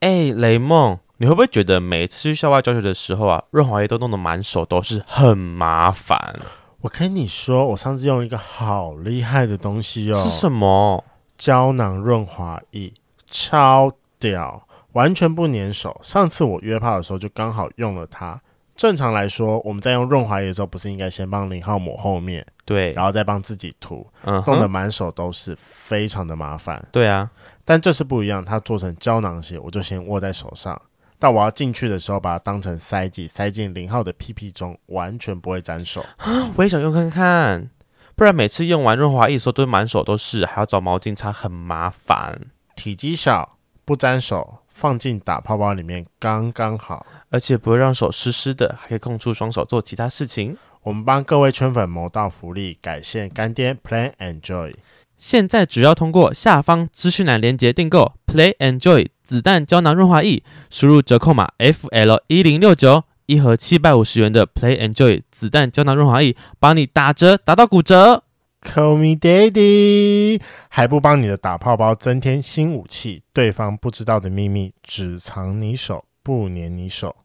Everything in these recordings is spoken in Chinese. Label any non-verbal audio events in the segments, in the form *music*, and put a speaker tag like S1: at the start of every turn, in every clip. S1: 哎，雷梦，你会不会觉得每次去校外教学的时候啊，润滑液都弄得满手都是，很麻烦？
S2: 我跟你说，我上次用一个好厉害的东西哦，
S1: 是什么？
S2: 胶囊润滑液，超屌，完全不粘手。上次我约炮的时候就刚好用了它。正常来说，我们在用润滑液的时候，不是应该先帮零号抹后面，
S1: 对，
S2: 然后再帮自己涂，
S1: 嗯
S2: 弄得
S1: 哼，
S2: 满手都是，非常的麻烦。
S1: 对啊，
S2: 但这次不一样，它做成胶囊鞋，我就先握在手上。但我要进去的时候，把它当成塞剂塞进零号的屁屁中，完全不会沾手。
S1: 我也想用看看，不然每次用完润滑液的时候都满手都是，还要找毛巾擦，很麻烦。
S2: 体积小，不沾手，放进打泡泡里面刚刚好。
S1: 而且不会让手湿湿的，还可以空出双手做其他事情。
S2: 我们帮各位圈粉谋到福利，改线干爹 Plan and Joy。
S1: 现在只要通过下方资讯栏连接订购 Play Enjoy 子弹胶囊润滑液，输入折扣码 FL 一零六九，一盒七百五十元的 Play Enjoy 子弹胶囊润滑液，帮你打折打到骨折。
S2: Call me daddy，还不帮你的打泡包增添新武器？对方不知道的秘密，只藏你手，不粘你手。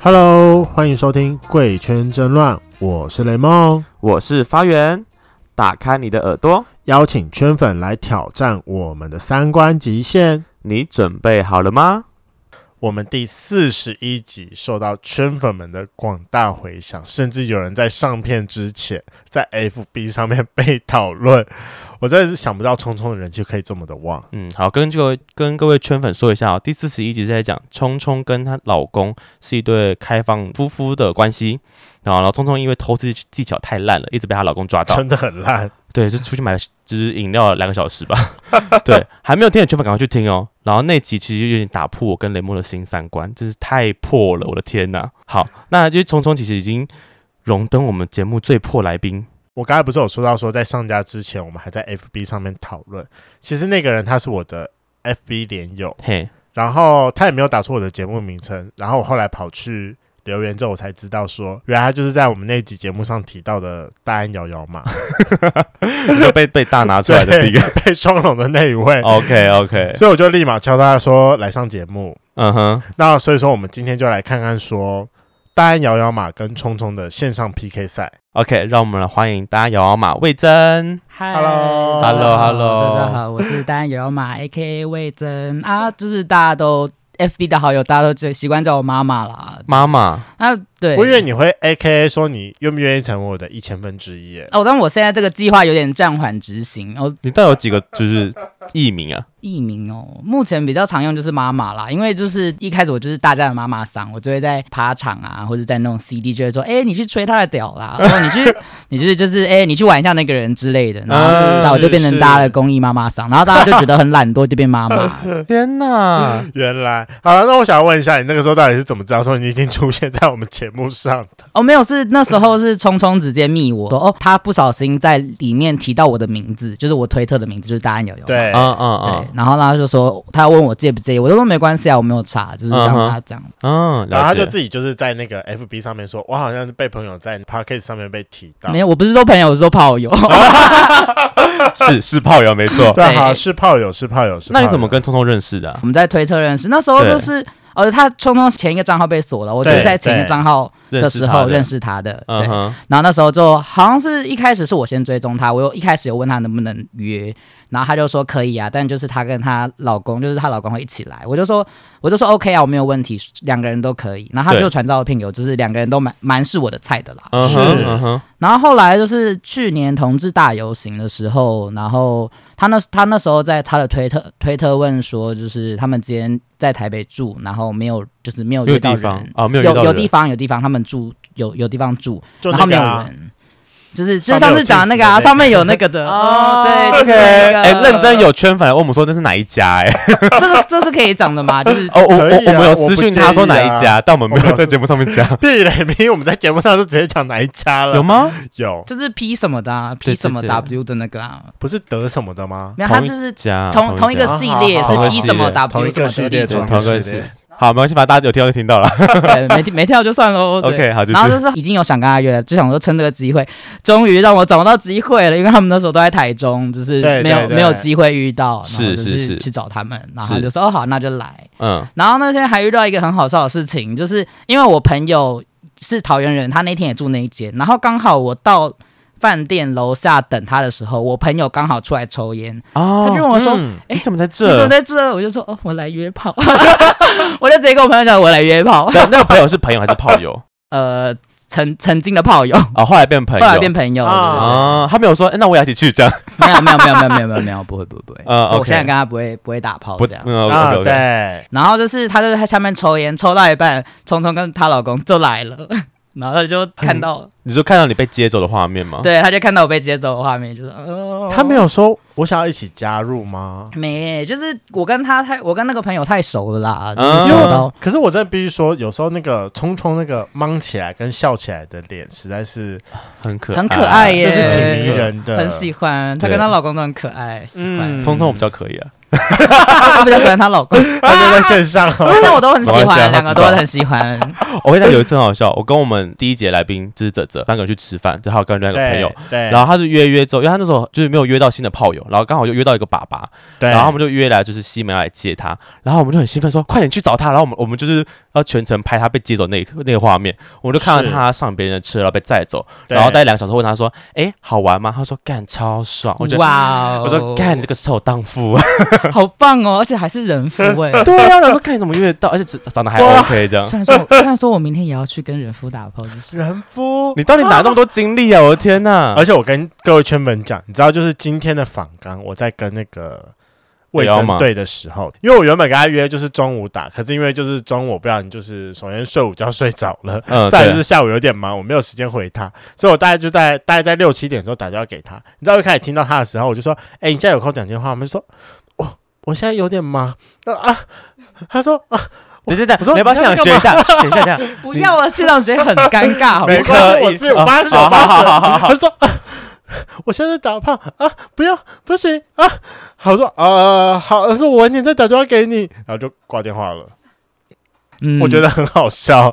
S2: Hello，欢迎收听《贵圈争乱》，我是雷梦，
S1: 我是发源，打开你的耳朵，
S2: 邀请圈粉来挑战我们的三观极限。
S1: 你准备好了吗？
S2: 我们第四十一集受到圈粉们的广大回响，甚至有人在上片之前在 FB 上面被讨论。我真的是想不到冲冲的人就可以这么的旺。
S1: 嗯，好，跟各位跟各位圈粉说一下哦，第四十一集是在讲聪聪跟她老公是一对开放夫妇的关系，啊然后然后聪聪因为偷吃技巧太烂了，一直被她老公抓到，
S2: 真的很烂，
S1: 对，是出去买了就是饮料两个小时吧。 *laughs* 对，还没有听的圈粉赶快去听哦。然后那集其实有点打破我跟雷梦的新三观，真是太破了，我的天呐！好，那就是聪聪其实已经荣登我们节目最破来宾，
S2: 我刚才不是有说到说，在上架之前，我们还在 FB 上面讨论。其实那个人他是我的 FB 连友，
S1: 嘿，
S2: 然后他也没有打出我的节目名称，然后我后来跑去留言之后，我才知道说，原来他就是在我们那集节目上提到的大安瑶瑶嘛， *laughs*
S1: 你就被被大拿出来的第一个。
S2: 被双龙的那一位。
S1: OK OK，
S2: 所以我就立马敲他说来上节目。
S1: 嗯哼，
S2: 那所以说，我们今天就来看看说大安摇摇马跟冲冲的线上 PK 赛。
S1: OK，让我们来欢迎大家摇摇马魏征。
S3: 嗨
S2: Hello
S3: 大家好
S1: Hello，Hello
S3: 大家好，我是单友马 A K A 魏征啊，就是大家都 F B 的好友，大家都只习惯叫我妈妈啦。
S1: 妈妈，
S3: 啊，对，
S2: 我以为你会 AKA 说你愿不愿意成为我的一千分之一耶。 *laughs*
S3: 哦，但我现在这个计划有点暂缓执行哦。
S1: 你到底有几个就是艺名
S2: *laughs*
S1: 啊？
S3: 艺名哦，目前比较常用就是妈妈啦，因为就是一开始我就是大家的妈妈桑，我就会在爬场啊，或者在那种 CD 就会说，哎、你去吹他的
S1: *laughs*
S3: 屌啦，然后你去你去就是哎、你去玩一下那个人之类的，
S2: 嗯
S3: 然后
S1: 啊
S3: 然后我
S1: 是
S3: 就变成大家的公益妈妈桑，然后大家就觉得很懒惰，就变妈妈。
S1: 天哪！
S2: 原来好了，那我想问一下，你那个时候到底是怎么知道说你已经出现在我们节目上的？
S3: 哦，没有，是那时候是聪聪直接密我说，哦，他不小心在里面提到我的名字，就是我推特的名字，就是大安友友。
S2: 对，
S1: 嗯嗯
S3: 对
S1: 嗯，
S3: 然后他就说，他问我介不介意，我就说没关系啊，我没有查，就是让他这样。
S1: 嗯，
S2: 然
S1: 了
S2: 后啊他就
S1: 解。
S2: 自己就是在那个 FB 上面说，我好像是被朋友在 p o c a s t 上面被提到
S3: 没。有，我不是说朋友，我是说炮友。
S1: 啊是是炮友没
S2: *laughs*
S1: 错。
S2: 对，啊好，
S3: 对
S2: 是炮友，是炮友，是炮
S1: 那
S2: 友。
S1: 你怎么跟聪聪认识的啊、
S3: 我们在推特认识，那时候就是，哦，他聪聪前一个账号被锁了，我就是
S2: 对
S3: 在前一个账号的
S1: 认识
S3: 时
S1: 他
S3: 候
S1: 的
S3: 认识他的。对
S1: 嗯，哼，
S3: 然后那时候就好像是一开始是我先追踪她，我有一开始有问她能不能约，然后她就说可以啊，但就是她跟她老公，就是她老公会一起来，我就说我就说 OK 啊，我没有问题，两个人都可以。然后她
S1: 对
S3: 就传照片给我，就是两个人都蛮蛮是我哦的菜的啦。
S1: 嗯
S2: 是
S1: 哼，嗯哼，
S3: 然后后来就是去年同志大游行的时候，然后她那她那时候在她的推特推特问说，就是他们之间在台北住，然后没有就是没有
S1: 没有
S3: 约到
S1: 地方
S3: 人，
S1: 啊，没有
S3: 有
S1: 遇到
S3: 有
S1: 人
S3: 地方有地方他们住有有地方住，
S2: 就
S3: 然
S2: 那
S3: 后没
S2: 个
S3: 有
S2: 啊 *laughs*
S3: 人，就是就
S2: 上
S3: 是上
S2: 面有
S3: 次讲的那个啊，
S2: 镜子的那个
S3: 上面有那个的哦，对，就是
S1: 哎、
S3: 那个
S1: 认真，有圈粉来问我们说那是哪一家、哎，
S3: *laughs* 这个这是可以讲的 *laughs* 嘛？就是
S1: 哦，我我
S2: 可以
S1: 我
S2: 啊
S1: 们有私讯他说哪一家，但我们没
S2: 我
S1: 有
S2: 表示
S1: 在节目上面
S3: *laughs*
S1: 讲，
S2: 避雷明，我们在节目上就直接讲哪一家了。
S1: 有吗？
S2: 有，
S3: 就是 P 什么的啊
S1: 对
S3: ，P 什么
S1: 对对
S3: W 的那个啊，
S2: 不是得什么的吗？
S3: 没有，它
S1: 一
S3: 就是
S1: 家
S3: 同
S1: 同
S3: 同一个系列
S2: 哦好
S3: 是
S2: 好
S3: P 什么
S1: 同
S2: 同一个
S3: W 什啊么
S2: 系
S3: 的
S2: 列，
S3: 地
S1: 同
S3: 址
S1: 一个系列
S2: 系列。
S1: 好，没关系，反正大家有听到就听到了。
S3: 对没没跳就算喽。对
S1: OK，好，就
S3: 然后
S1: 是
S3: 就是已经有想跟他约了，就想说趁这个机会，终于让我找到机会了，因为他们那时候都在台中，就是
S2: 对
S3: 没有
S2: 对对
S3: 没有机会遇到，然后
S1: 是
S3: 就是
S1: 是
S3: 去找他们，然后
S1: 是
S3: 就说哦好，那就来。
S1: 嗯
S3: 然后那天还遇到一个很好笑的事情，就是因为我朋友是桃园人，他那天也住那一间，然后刚好我到饭店楼下等他的时候，我朋友刚好出来
S1: *laughs*
S3: 抽烟，他就
S1: 哦，
S3: 问我说。哎
S2: 嗯
S1: 你怎么在
S3: 你怎么
S1: 这？
S3: 在这？我就说哦，我来约炮， *laughs* 我就直接跟我朋友讲，我来约炮。
S1: 那那个朋友是朋友还是炮友？
S3: 呃，曾曾经的炮友，
S1: 哦，后来变朋
S3: 后
S1: 友，
S3: 来变朋友
S2: 啊
S3: 了。
S1: 啊，他没有说，哎那我也要一起去这样。
S3: 对对对没有没有没有没有没有没有，不会不会
S1: *laughs*
S3: 不会。
S1: 嗯
S3: 我
S1: OK
S3: 现在跟他不会不会打炮
S1: 不，
S3: 这样。
S1: 嗯
S2: 啊
S1: ，OK，OK，
S2: 对，
S3: 然后就是她就在下面抽烟，抽到一半，聪聪跟她老公就来了， *laughs* 然后她就看到，
S1: 你说看到你被接走的画面吗？
S2: 啊
S3: 对，她就看到我被接走的画面，就是哦，
S2: 他没有说我想要一起加入吗？
S3: 没，就是我跟她太，我跟那个朋友太熟了啦，就
S1: 嗯
S2: 因
S3: 是熟
S2: 为
S3: 到。
S2: 可是我真的必须说，有时候那个冲冲那个忙起来跟笑起来的脸，实在是
S1: 很可
S3: 很可爱耶
S2: 就
S3: 耶
S2: 是挺迷人的，
S3: 很喜欢她跟她老公都很可爱，喜欢。
S2: 嗯
S1: 聪聪我比较可以啊，
S3: 我比较喜欢她老
S2: *laughs*
S3: 公，
S2: 他就在线上哦，
S3: 但我都很喜
S1: 没关系啊
S3: 欢，两
S1: 她
S3: 个
S1: 知
S3: 都
S1: 道
S3: 很喜欢。
S1: 我跟你讲有一次很好笑，我跟我们第一节来宾就是泽泽三个人去吃饭，就还有跟另外一个朋友，
S2: *laughs* 对，对，
S1: 然后他就约约之后，因为他那时候就是没有约到新的炮友，然后刚好就约到一个爸爸，
S2: 对，
S1: 然后他们就约来就是西门要来接他，然后我们就很兴奋说快点去找他，然后我们我们就是要全程拍他被接走那一刻那个画面，我们就看到
S2: 是
S1: 他上别人的车然后被载走，
S2: 对
S1: 然后待两个小时问他说，哎好玩吗？他说干超爽，我觉得。
S3: 哇哦！
S1: 我说干你这个臭荡妇，啊
S3: 好棒哦，而且还是人
S2: *laughs*
S3: 夫哎、
S1: 对啊， *laughs* 然后说看你怎么约得到，而且长得还
S2: 哇
S1: OK 这样，
S3: 虽然说我，虽然说我明天也要去跟人夫打炮，
S2: *laughs*
S3: 就是
S2: 人夫。
S1: 你到底哪那么多精力啊？我的天 *laughs* 呐！
S2: 而且我跟各位圈粉讲，你知道，就是今天的访纲，我在跟那个魏
S1: 聊
S2: 征
S1: 吗
S2: 对的时候，因为我原本跟他约就是中午打，可是因为就是中午，不然就是首先睡午觉睡着了，
S1: 嗯，
S2: 再来
S1: 对
S2: 就是下午有点忙，我没有时间回他，所以我大概就在大概在六七点的时候打电话给他。你知道，一开始听到他的时候，我就说：“哎、你现在有空讲电话吗？”他们说：“我我现在有点忙。”啊啊，他说：“啊，
S1: 等等等，
S2: 我说
S1: 你要不要现场学一下？ *laughs* 等一下，等一下，
S3: 不要啊，现场觉得很尴尬，好吗？
S2: 没关系，我自己我帮他
S1: 哦
S2: 选，我
S1: 好
S2: 帮他
S1: 好
S2: 选。
S1: 好好好
S2: 他说、啊我现在打炮啊，不要不行啊。好我说呃好，他说我晚点再打电话给你，然后就挂电话了。
S3: 嗯
S2: 我觉得很好笑。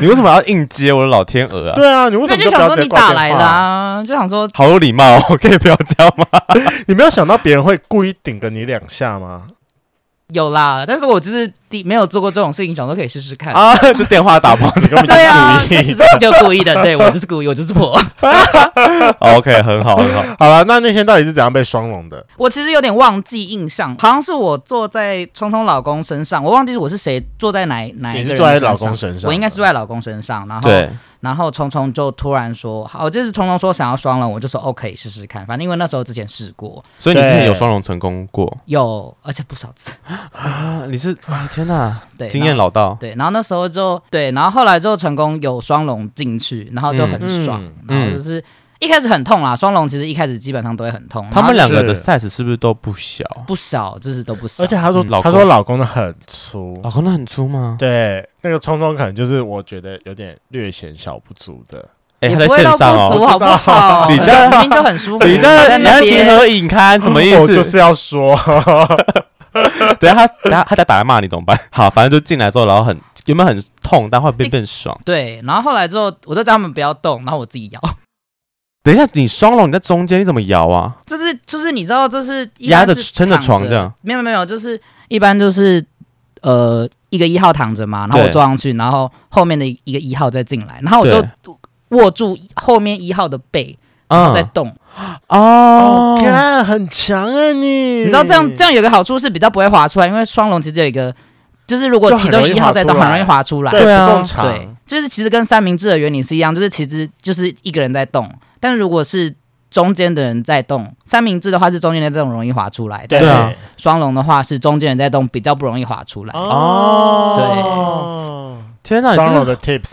S1: 你为什么要硬接？我的老天鹅啊！
S2: *laughs* 对啊，你为
S3: 因
S2: 什
S3: 为
S2: 么不
S3: 就想
S2: 要
S3: 说
S2: 直接
S3: 你
S2: 挂
S3: 打
S2: 电话？啊
S3: 来啦、就想说
S1: 好有礼貌哦，可以不要这样吗？
S2: 你没有想到别人会故意顶个你两下吗？
S3: 有啦，但是我就是第没有做过这种事情，想说可以试试
S1: *laughs*
S3: 看。
S1: 啊，就电话打 *laughs* 爆。
S2: 你
S3: *laughs*
S2: 根本就
S3: 对啊，
S2: 是故意。
S3: 我 *laughs* 就故意的，对我就是故意，我就是婆。
S1: 哦 OK，很好，很 *laughs* 好。
S2: 好了，那那天到底是怎样被双龙的？
S3: *laughs* 我其实有点忘记印象，好像是我坐在聪聪老公身上，我忘记我是谁坐在哪哪一
S2: 你
S3: 个
S2: 是
S3: 人
S2: 坐在
S3: 身
S2: 老
S3: 上
S2: 公身上，
S3: 我应该是坐在老公身上，然后
S1: 对，
S3: 然后聪聪就突然说：“好，这次聪聪说想要双人，我就说 OK 试试看。反正因为那时候之前试过，
S1: 所以你之前
S2: 对
S1: 有双龙成功过
S3: 有而且不少次，
S1: 啊？你是啊，天哪，
S3: 对，
S1: 经验
S3: 然后
S1: 老道。
S3: 对。然后那时候就对，然后后来就成功有双龙进去，然后就很爽，
S2: 嗯
S1: 嗯
S3: 然后就是、一开始很痛啦，双龙其实一开始基本上都会很痛，
S1: 他们
S3: 然后
S1: 两个的
S2: 是
S1: size 是不是都不小？
S3: 不少，就是都不少，
S2: 而且他说
S1: 嗯老公
S2: 他说老公的哦很粗，
S1: 老哦公那很粗吗？
S2: 对，那个聪聪可能就是我觉得有点略显小不足的。
S1: 哎，
S3: 也
S1: 他在
S3: 不会
S1: 线
S3: 到不
S1: 上哦
S3: 足。好不好？
S1: *laughs* 你
S3: *laughs*
S1: 这
S3: 明明就很舒服，
S1: 你
S3: 在
S1: 这你
S3: 那
S1: 要
S3: 边
S1: 情何以堪？什么意
S2: 我
S1: 思？
S2: 就是要说，
S1: *laughs* 等啊一下他等一下他在打来骂你怎么办？ *laughs* 好，反正就进来之后，然后很原本很痛，但会变变爽。
S3: 对，然后后来之后我就叫他们不要动，然后我自己摇。
S1: 等一下，你双龙你在中间，你怎么摇啊？
S3: *laughs* 就是就是你知道，就是一
S1: 压
S3: 般
S1: 着
S3: 是
S1: 撑着
S3: 躺
S1: 床这样，
S3: 没有没有，就是一般就是呃一个一号躺着嘛，然后我
S1: 对
S3: 坐上去，然后后面的一个一号再进来，然后我就
S1: 对
S3: 握住后面一号的背，然后再
S1: 嗯，
S3: 动。
S1: 哦
S2: 哦，看很强啊你，
S3: 你知道这样这样有个好处是比较不会滑出来，因为双龙其实有一个，就是如果
S2: 就
S3: 其
S2: 很
S3: 中
S2: 容易
S3: 一
S2: 滑
S3: 号在
S2: 出
S3: 动，很容
S2: 来
S3: 易滑出来。
S2: 对
S1: 对啊
S2: 不够长，
S3: 对，就是其实跟三明治的原理是一样，就是其实就是一个人在动，但如果是中间的人在动，三明治的话是中间的这种容易滑出来，但
S1: 对
S3: 是
S1: 啊
S3: 双龙的话是中间人在动，比较不容易滑出来。
S2: 哦，
S1: 天哪，啊你
S2: 双
S1: 真
S2: 龙
S1: 的
S2: 的 tips，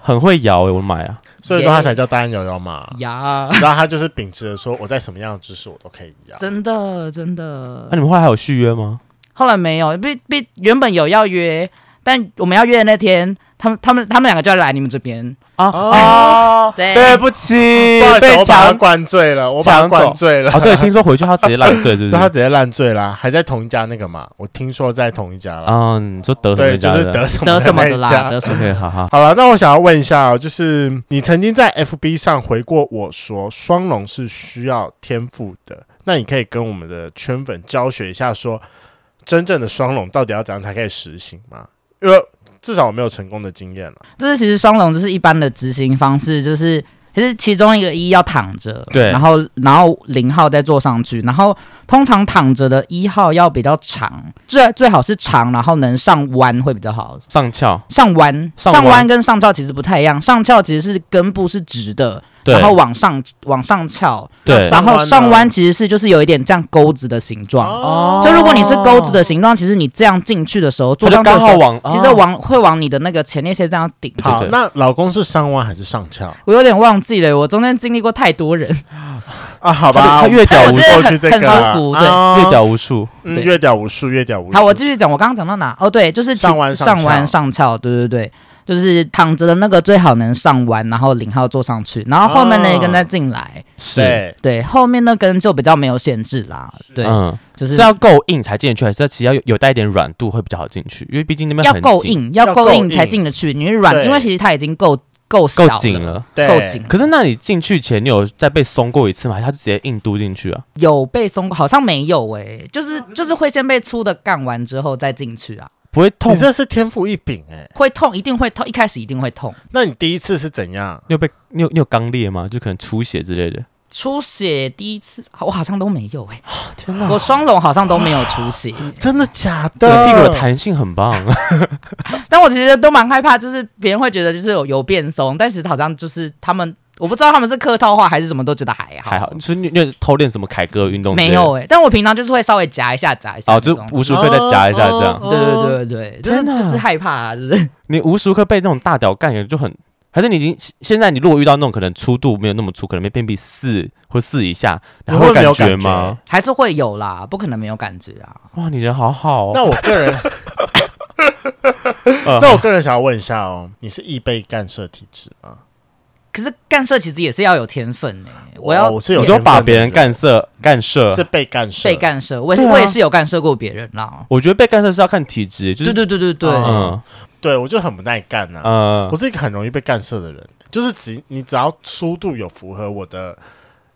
S1: 很会摇哎、我的妈呀！
S2: 所以说他才叫单摇摇嘛。
S3: 呀，
S2: 然后他就是秉持着说，我在什么样的姿势我都可以摇。
S3: 真的真的
S1: 啊那、，你们后来还有续约吗？
S3: 后来没有，被被原本有要约，但我们要约的那天，他们他们他们两个就要来你们这边。
S1: 啊
S2: 哦
S1: 哦，
S3: 对
S1: 对不起
S2: 不好，意思，
S1: 被
S2: 我把他
S1: 抢走。
S2: 灌醉了，我把他
S1: 抢走
S2: 灌醉了，
S1: 哦，对，听说回去他直接烂醉，
S2: *laughs*
S1: 是
S2: 就
S1: 不
S2: 他
S1: 是？
S2: 直接烂醉啦，还在同一家那个嘛，我听说在同一家了，
S1: 嗯，你说得什么
S2: 对，就
S1: 家
S2: 是
S1: 的
S2: 得什么
S3: 得什么
S2: 那
S3: 的
S2: 一
S3: 啦，
S2: 家
S3: 得什么
S1: OK， *laughs*
S3: 的。
S1: 好好，
S2: 好了，那我想要问一下哦，就是你曾经在 FB 上回过我说双龙是需要天赋的，那你可以跟我们的圈粉教学一下说，真正的双龙到底要怎样才可以实行吗？因为至少我没有成功的经验了。
S3: 就是其实双龙就是一般的执行方式，就是其实其中一个一要躺着，
S1: 对
S3: 然后然后零号再坐上去，然后通常躺着的一号要比较长，最最好是长，然后能上弯会比较好。
S1: 上翘，
S3: 上弯，
S1: 上
S3: 上
S1: 弯
S3: 弯跟上翘其实不太一样，上翘其实是根部是直的，
S1: 对
S3: 然后往上往上翘，
S1: 对
S3: 然后
S2: 上
S3: 上
S2: 弯
S3: 弯
S2: 呢
S3: 其实是就是有一点像钩子的形状。
S1: 哦
S3: 就如果你是钩子的形状，其实你这样进去的时候，
S1: 他
S3: 坐
S1: 就
S3: 上去
S1: 刚
S3: 的时
S1: 好
S3: 候，
S1: 往，
S3: 其实
S1: 啊
S3: 往会往你的那个前列腺这样顶。
S2: 好，
S1: 对对
S2: 那老公是上弯还是上翘
S3: 我有点忘记了，我中间经历过太多人，
S2: 啊？
S1: 他
S2: 好吧，
S1: 他越屌
S2: 我
S1: 无
S2: 们
S1: 数
S2: 过去这个啊
S3: 很舒服对
S2: 啊
S1: 越屌无数，
S2: 嗯
S3: 对
S2: 越屌无数，越屌无数。
S3: 好，我继续讲，我刚刚讲到哪？哦，对，就是其
S2: 上弯上
S3: 上弯
S2: 翘
S3: 上翘，对对对，就是躺着的那个最好能上弯，然后零号坐上去，然后后面那一根再进
S2: 哦
S3: 来。
S1: 是，
S2: 对
S3: 对，后面那根就比较没有限制啦。对，
S1: 嗯，
S3: 就是
S1: 是要够硬才进得去，还是要其实要有有带一点软度会比较好进去？因为毕竟那边
S3: 要
S1: 很
S3: 够
S1: 紧，
S3: 硬，
S2: 要
S3: 要够
S2: 够
S3: 硬才
S2: 硬
S3: 进得去。你是软，
S2: 对
S3: 因为其实它已经够够小
S1: 够
S3: 了
S1: 紧，了。
S2: 对，
S3: 够紧。
S1: 可是那你进去前，你有再被松过一次吗？还是他就直接硬嘟进去啊？
S3: 有被松过，好像没有诶、就是
S2: 嗯
S3: 就是会先被粗的干完之后再进去啊，
S1: 不会痛
S2: 你？这是天赋异禀哎、
S3: 会痛，一定会痛，一开始一定会痛，
S2: 那你第一次是怎样？
S1: 你有被你有你有刚裂吗？就可能出血之类的。
S3: 出血第一次我好像都没有诶、
S1: 天哪，
S3: 我双龙好像都没有出血，
S2: 真的假
S1: 你
S2: 的？
S1: 啊的屁股的弹性很
S3: *laughs*
S1: 棒，
S3: 但我其实都蛮害怕，就是别人会觉得就是有有变松，但其实好像就是他们，我不知道他们是客套话还是什么，都觉得还好，
S1: 还好。所以你你有偷练什么凯歌运动之类
S3: 没
S1: 的？
S3: 有诶、欸但我平常就是会稍微夹一下夹一下
S1: 哦，
S3: 那
S1: 就
S3: 种，
S1: 是无时无刻再夹一下这样。
S2: 哦
S3: 对对对对对，就是
S1: 天哪
S3: 就是害怕、啊，就是
S1: 你无时无刻被那种大屌干，也就很。还是你已经现在你如果遇到那种可能粗度没有那么粗，可能没变比四或四以下，然后
S2: 你会没有
S1: 觉
S2: 感觉
S1: 吗？
S3: 还是会有啦，不可能没有感觉啊。
S1: 哇，你人好好、哦。
S2: 那我个
S1: *laughs*
S2: 人，
S1: 呃
S2: 那我个人想要问一下哦，你是易被干涉体质吗？
S3: 可是干涉其实也是要有天分呢、我要、
S2: 哦我是有
S1: 你
S2: 天
S1: 说
S2: 分的
S1: 把别人干涉干涉
S2: 是，被干涉，
S3: 被干涉，我也是、
S1: 对啊
S3: 我也是有干涉过别人啦。
S1: 我觉得被干涉是要看体质，就是
S3: 对对对对对，
S2: 嗯
S1: 嗯
S2: 对我就很不耐干呐、
S1: 嗯
S2: 我，是一个很容易被干涉的人，就是只你只要粗度有符合我的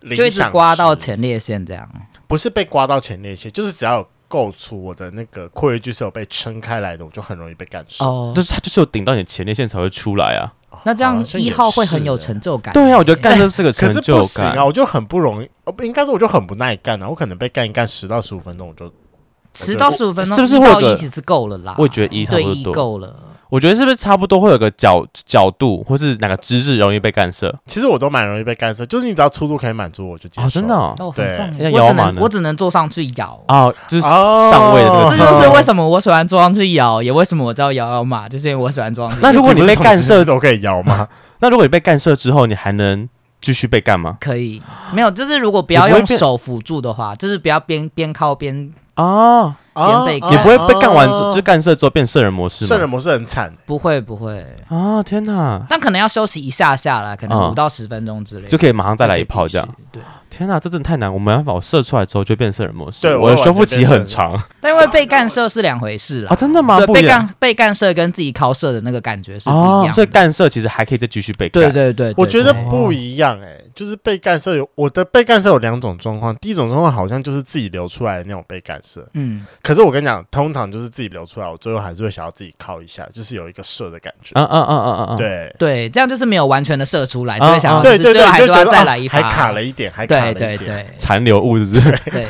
S2: 理
S3: 就一直
S2: 想，
S3: 刮到，前列腺这样。
S2: 不是被刮到前列腺，就是只要有够粗，我的那个括约肌是有被撑开来的，我就很容易被干涉。
S3: 哦
S1: 就，是他就是有顶到你的前列腺才会出来啊。
S3: 那这样
S2: 好像也
S3: 一号会很有
S2: 是
S3: 成就感、哎
S1: 对啊，我觉得干涉是个
S2: 哎 *laughs* 可
S1: 成
S2: 是
S1: 就
S2: 不行
S1: 感。
S2: 啊，我就很不容易，哦，不应该说我就很不耐干啊，我可能被干一干十到十五分钟我就
S3: 迟到十五分钟，
S1: 是不是
S3: 一
S1: 会有
S3: 到
S1: 个
S3: 一其实够了啦？
S1: 我也觉得一差不
S3: 对
S1: 多
S3: 一够了。
S1: 我觉得是不是差不多会有个角角度或是哪个姿势容易被干涉？
S2: 其实我都蛮容易被干涉，就是你只要粗度可以满足我就接受。
S1: 哦，真的哦，
S3: 哦，
S2: 对
S3: 很
S1: 那
S3: 棒我
S1: 摇
S3: 只
S1: 嘛呢
S3: 能我只能坐上去摇。
S1: 哦就是
S2: 哦
S1: 上位的那个
S3: 这
S1: 姿势。
S3: 就是为什么我喜欢坐上去摇，也为什么我叫摇摇马，就是因为我喜欢坐
S1: *laughs*
S3: 上去摇。
S1: 那如果你被干涉
S2: 哎你不是什么姿势都可以摇吗？
S1: 那如果你被干涉之后，你还能继续被干吗？
S3: 可以，没有，就是如果不
S1: 也不
S3: 要
S1: 会
S3: 用
S1: 变
S3: 手辅助的话，就是不要边边靠边，
S1: 哦，
S2: 哦
S3: 被
S1: 也不会
S3: 啊
S1: 被干完之
S2: 哦
S1: 就干涉之后变圣人模式吗？
S2: 圣人模式很惨，
S3: 不会不会，
S1: 啊，天哪，
S3: 但可能要休息一下下啦，可
S1: 嗯
S3: 能五到十分钟之类的，
S1: 就可以马上再
S3: 就
S1: 来
S3: 可以
S1: 一炮
S3: 继
S1: 这样。
S3: 续。对，
S1: 天呐，这真的太难，我没办法，我射出来之后就变圣人模式，
S2: 对我
S1: 我的修复期
S2: 完全变
S1: 很长啊、
S3: 但因为被干涉是两回事
S1: *laughs*
S3: 啦，
S1: 真的吗？
S3: 对，
S1: 不一
S3: 被
S1: 啊样
S3: 干被干涉跟自己靠射的那个感觉是不一样
S1: 哦
S3: 的，，
S1: 所以干涉其实还可以再继续被干，
S3: 对对对，对
S2: 我觉得
S3: 对
S2: 不一样哎、就是被干涉有我的被干涉有两种状况，第一种状况好像就是自己流出来的那种被干涉，
S3: 嗯，
S2: 可是我跟你讲，通常就是自己流出来，我最后还是会想要自己靠一下，就是有一个射的感觉。
S1: 嗯，嗯嗯嗯嗯嗯，
S2: 对
S3: 对，这样就是没有完全哎的射出来，就
S1: 啊
S3: 会想要
S1: 啊
S3: 就
S2: 对
S3: 是
S2: 对
S3: 最
S2: 对，
S3: 后还
S2: 你
S3: 是
S2: 就觉
S3: 要
S2: 得
S3: 再
S2: 哦
S3: 来一发，
S2: 还卡了一点，还卡了
S3: 对
S2: 一点。
S3: 对对
S1: 残留物是不是？
S3: 对，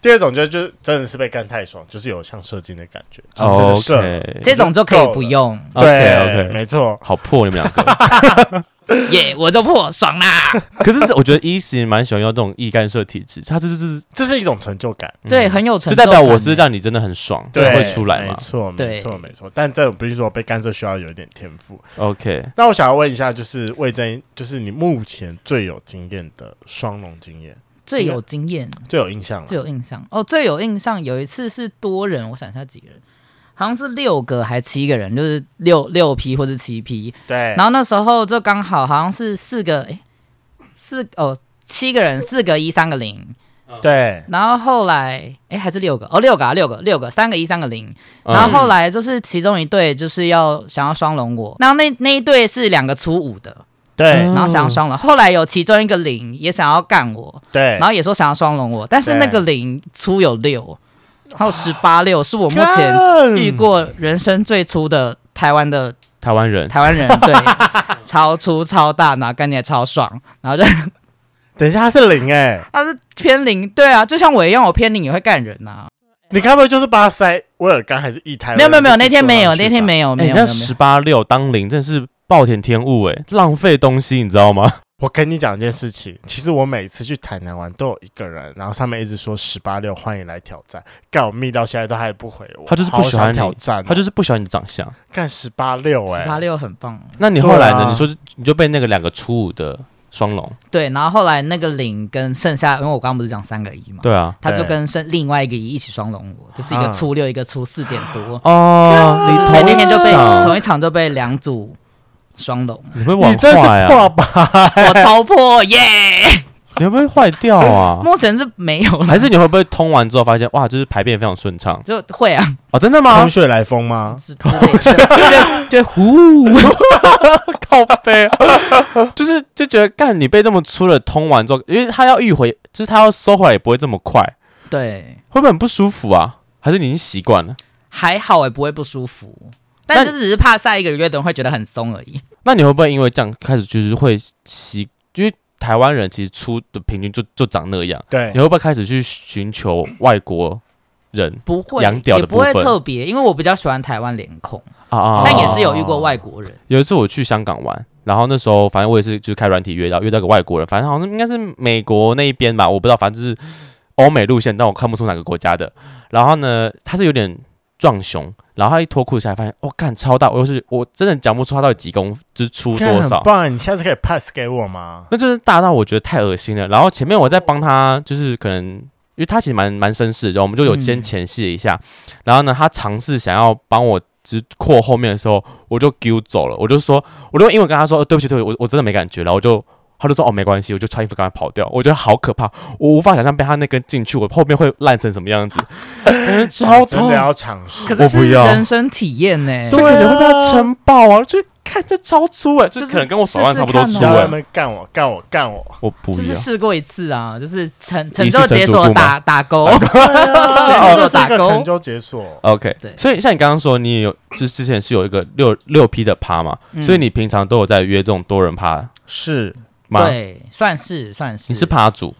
S2: 第二种就就是真的是被干太爽，就是有像射精的感觉，就真的
S1: o
S2: 射了。
S1: k
S3: 这种就可以不用，
S2: 对
S1: OK，OK
S2: 没错。
S1: 好破你们两
S2: *laughs*
S1: 个。
S3: 耶，我就破爽啦，
S1: 可是是我觉得一是蛮喜欢用这种易干涉体质，他就是就是、
S2: 这是一种成就感，
S1: 嗯
S3: 对，很有成
S1: 就
S3: 就
S1: 代
S3: 感
S1: 表我是
S3: 耶
S1: 让你真的很爽，
S2: 对，
S1: 会出来
S2: 没
S1: 嘛
S2: 错，没
S3: 对
S2: 错，没错。但这种必须说被干涉需要有一点天赋。
S1: ？OK，
S2: 那我想要问一下，就是魏征，就是你目前最有经验的双龙经验，
S3: 最有经验。
S2: 最有印象了
S3: 最有印象哦，最有印象有一次是多人，我想一下几个人，好像是六个还七个人，就是六六批或者七批。
S2: 对，
S3: 然后那时候就刚好好像是四个，诶，四哦七个人，四个一，三个零。
S2: 对，
S3: 然后后来，诶，还是六个哦，六个啊，六个，六个，三个一，三个零。
S1: 嗯
S3: 然后后来就是其中一队就是要想要双龙我，然后那那一队是两个粗五的，
S2: 对，
S1: 嗯
S3: 然后想要双龙。后来有其中一个零也想要干我，
S2: 对，
S3: 然后也说想要双龙我，但是那个零粗有六，还有十八六，是我目前
S2: 前
S3: 遇过人生最粗的台湾的
S1: 台湾人，
S3: 台湾人，对，超粗超大，然后干起来超爽，然后就
S2: 等一下，他是零哎、
S3: 他是偏零，对啊，就像我一样，我偏零也会干人啊呐、
S2: 你该不会就是把他塞威尔刚还是一胎？
S3: 没有没有没有，那天没有，
S2: 就
S3: 那
S2: 是
S3: 天没有没
S1: 哎、
S3: 有
S1: 那
S3: 没
S1: 哎
S3: 有。
S1: 十八六当零真的是暴殄天物哎、浪费东西你知道吗？
S2: 我跟你讲一件事情，其实我每次去台南玩都有一个人，然后上面一直说十八六欢迎来挑战，干我密到现在都还不回我，
S1: 他就是不
S2: 好
S1: 喜欢
S2: 想
S1: 你
S2: 挑战哦、
S1: 他就是不喜欢你的长相。
S2: 干十八六哎，
S3: 十八六很棒，欸
S1: 那你后来
S2: 对
S1: 呢？
S2: 啊
S1: 你说是你就被那个两个初五的双龙，
S3: 对，然后后来那个零跟剩下，因为我刚刚不是讲三个一嘛，
S1: 对啊，
S3: 他就
S2: 对
S3: 跟剩另外一个一一起双龙我，就是一个
S2: 啊
S3: 粗六，一个粗四点多，
S1: 哦，你
S3: 所以
S1: 头
S3: 那
S1: 一
S3: 天就被
S1: 场
S3: 同一场就被两组双龙，
S1: 你会
S2: 你
S1: 往
S2: 真是
S1: 坏啊
S2: 爸，
S1: *laughs*
S2: 爸，
S3: 我超破耶！
S1: 你会不会坏掉啊？
S3: 目前是没有
S1: *laughs*
S3: 了，
S1: 还是你会不会通完之后发现哇，就是排便非常顺畅
S3: 就会啊，
S1: 哦？真的吗
S2: 空？穴来风吗？
S3: 哦是啊之类
S1: *laughs*
S3: 的就就呼，
S1: 靠背，啊 *laughs* 就是就觉得干你被那么粗的通完之后，因为他要迂回，就是他要收回来也不会这么快，
S3: 对，
S1: 会不会很不舒服啊？还是你已经习惯了？
S3: 还好也不会不舒服，但
S1: 但
S3: 就是只是怕下一个月的人会觉得很松而已。
S1: 那你会不会因为这样开始就是会习？因为台湾人其实粗的平均就就长那样。
S2: 对
S1: 你，会不会开始去寻求外国人
S3: 不会，
S1: 羊屌的
S3: 也不会
S1: 部分
S3: 特别，因为我比较喜欢台湾脸孔，
S1: 啊啊
S3: 但也是有遇过外国人。
S1: 有一次我去香港玩，然后那时候反正我也是就是开软体约到约到个外国人，反正好像应该是美国那一边吧，我不知道，反正就是欧美路线，但我看不出哪个国家的。然后呢，他是有点壮熊，然后他一脱裤子下来，发现哦，干超大，我又是我真的讲不出他到底几公分，就是粗
S2: 看
S1: 多
S2: 很
S1: 少。
S2: 棒，你下次可以 pass 给我吗？
S1: 那就是大到我觉得太恶心了。然后前面我在帮他，就是可能因为他其实蛮蛮绅士的，我们就有先
S2: 嗯
S1: 前戏一下。然后呢，他尝试想要帮我只扩后面的时候，我就丢走了，我就说，我就用英文跟他说，呃对不起，对不起，我我真的没感觉。然后我就。他就说哦没关系，我就穿衣服赶快跑掉。我觉得好可怕，我无法想象被他那根进去，我后面会烂成什么样子，感觉超
S2: *laughs* 真
S1: 痛
S2: 的，要尝试，
S3: 可
S1: 我
S3: 是
S1: 不
S3: 是
S1: 要
S3: 人生体验呢、
S1: 就
S2: 对
S1: 感觉会被
S2: 啊
S1: 他撑爆啊！就看这超粗哎、欸，
S3: 就是
S1: 可能跟我手腕
S3: 试试
S1: 差不多
S3: 看啊
S1: 粗
S2: 不要
S1: 哎、
S2: 让
S1: 欸，
S2: 他们干我，干我，干
S1: *laughs*
S2: 我，
S1: 我不
S3: 就是
S1: 要。
S3: 试过一次啊，就是成成
S1: 你是
S3: 就解锁
S1: 成主顾吗
S3: 打打勾，
S2: 哦这
S3: 就是
S2: 是
S3: 打
S2: 一个成
S3: 勾。
S2: 就解锁，
S1: OK，
S3: 对
S1: 所以像你刚刚说，你也有之之前是有一个六六批的趴嘛，
S3: 嗯
S1: 所以你平常都有在约这种多人趴
S2: 是
S1: 吗？
S3: 对，算是算是，
S1: 你是趴主，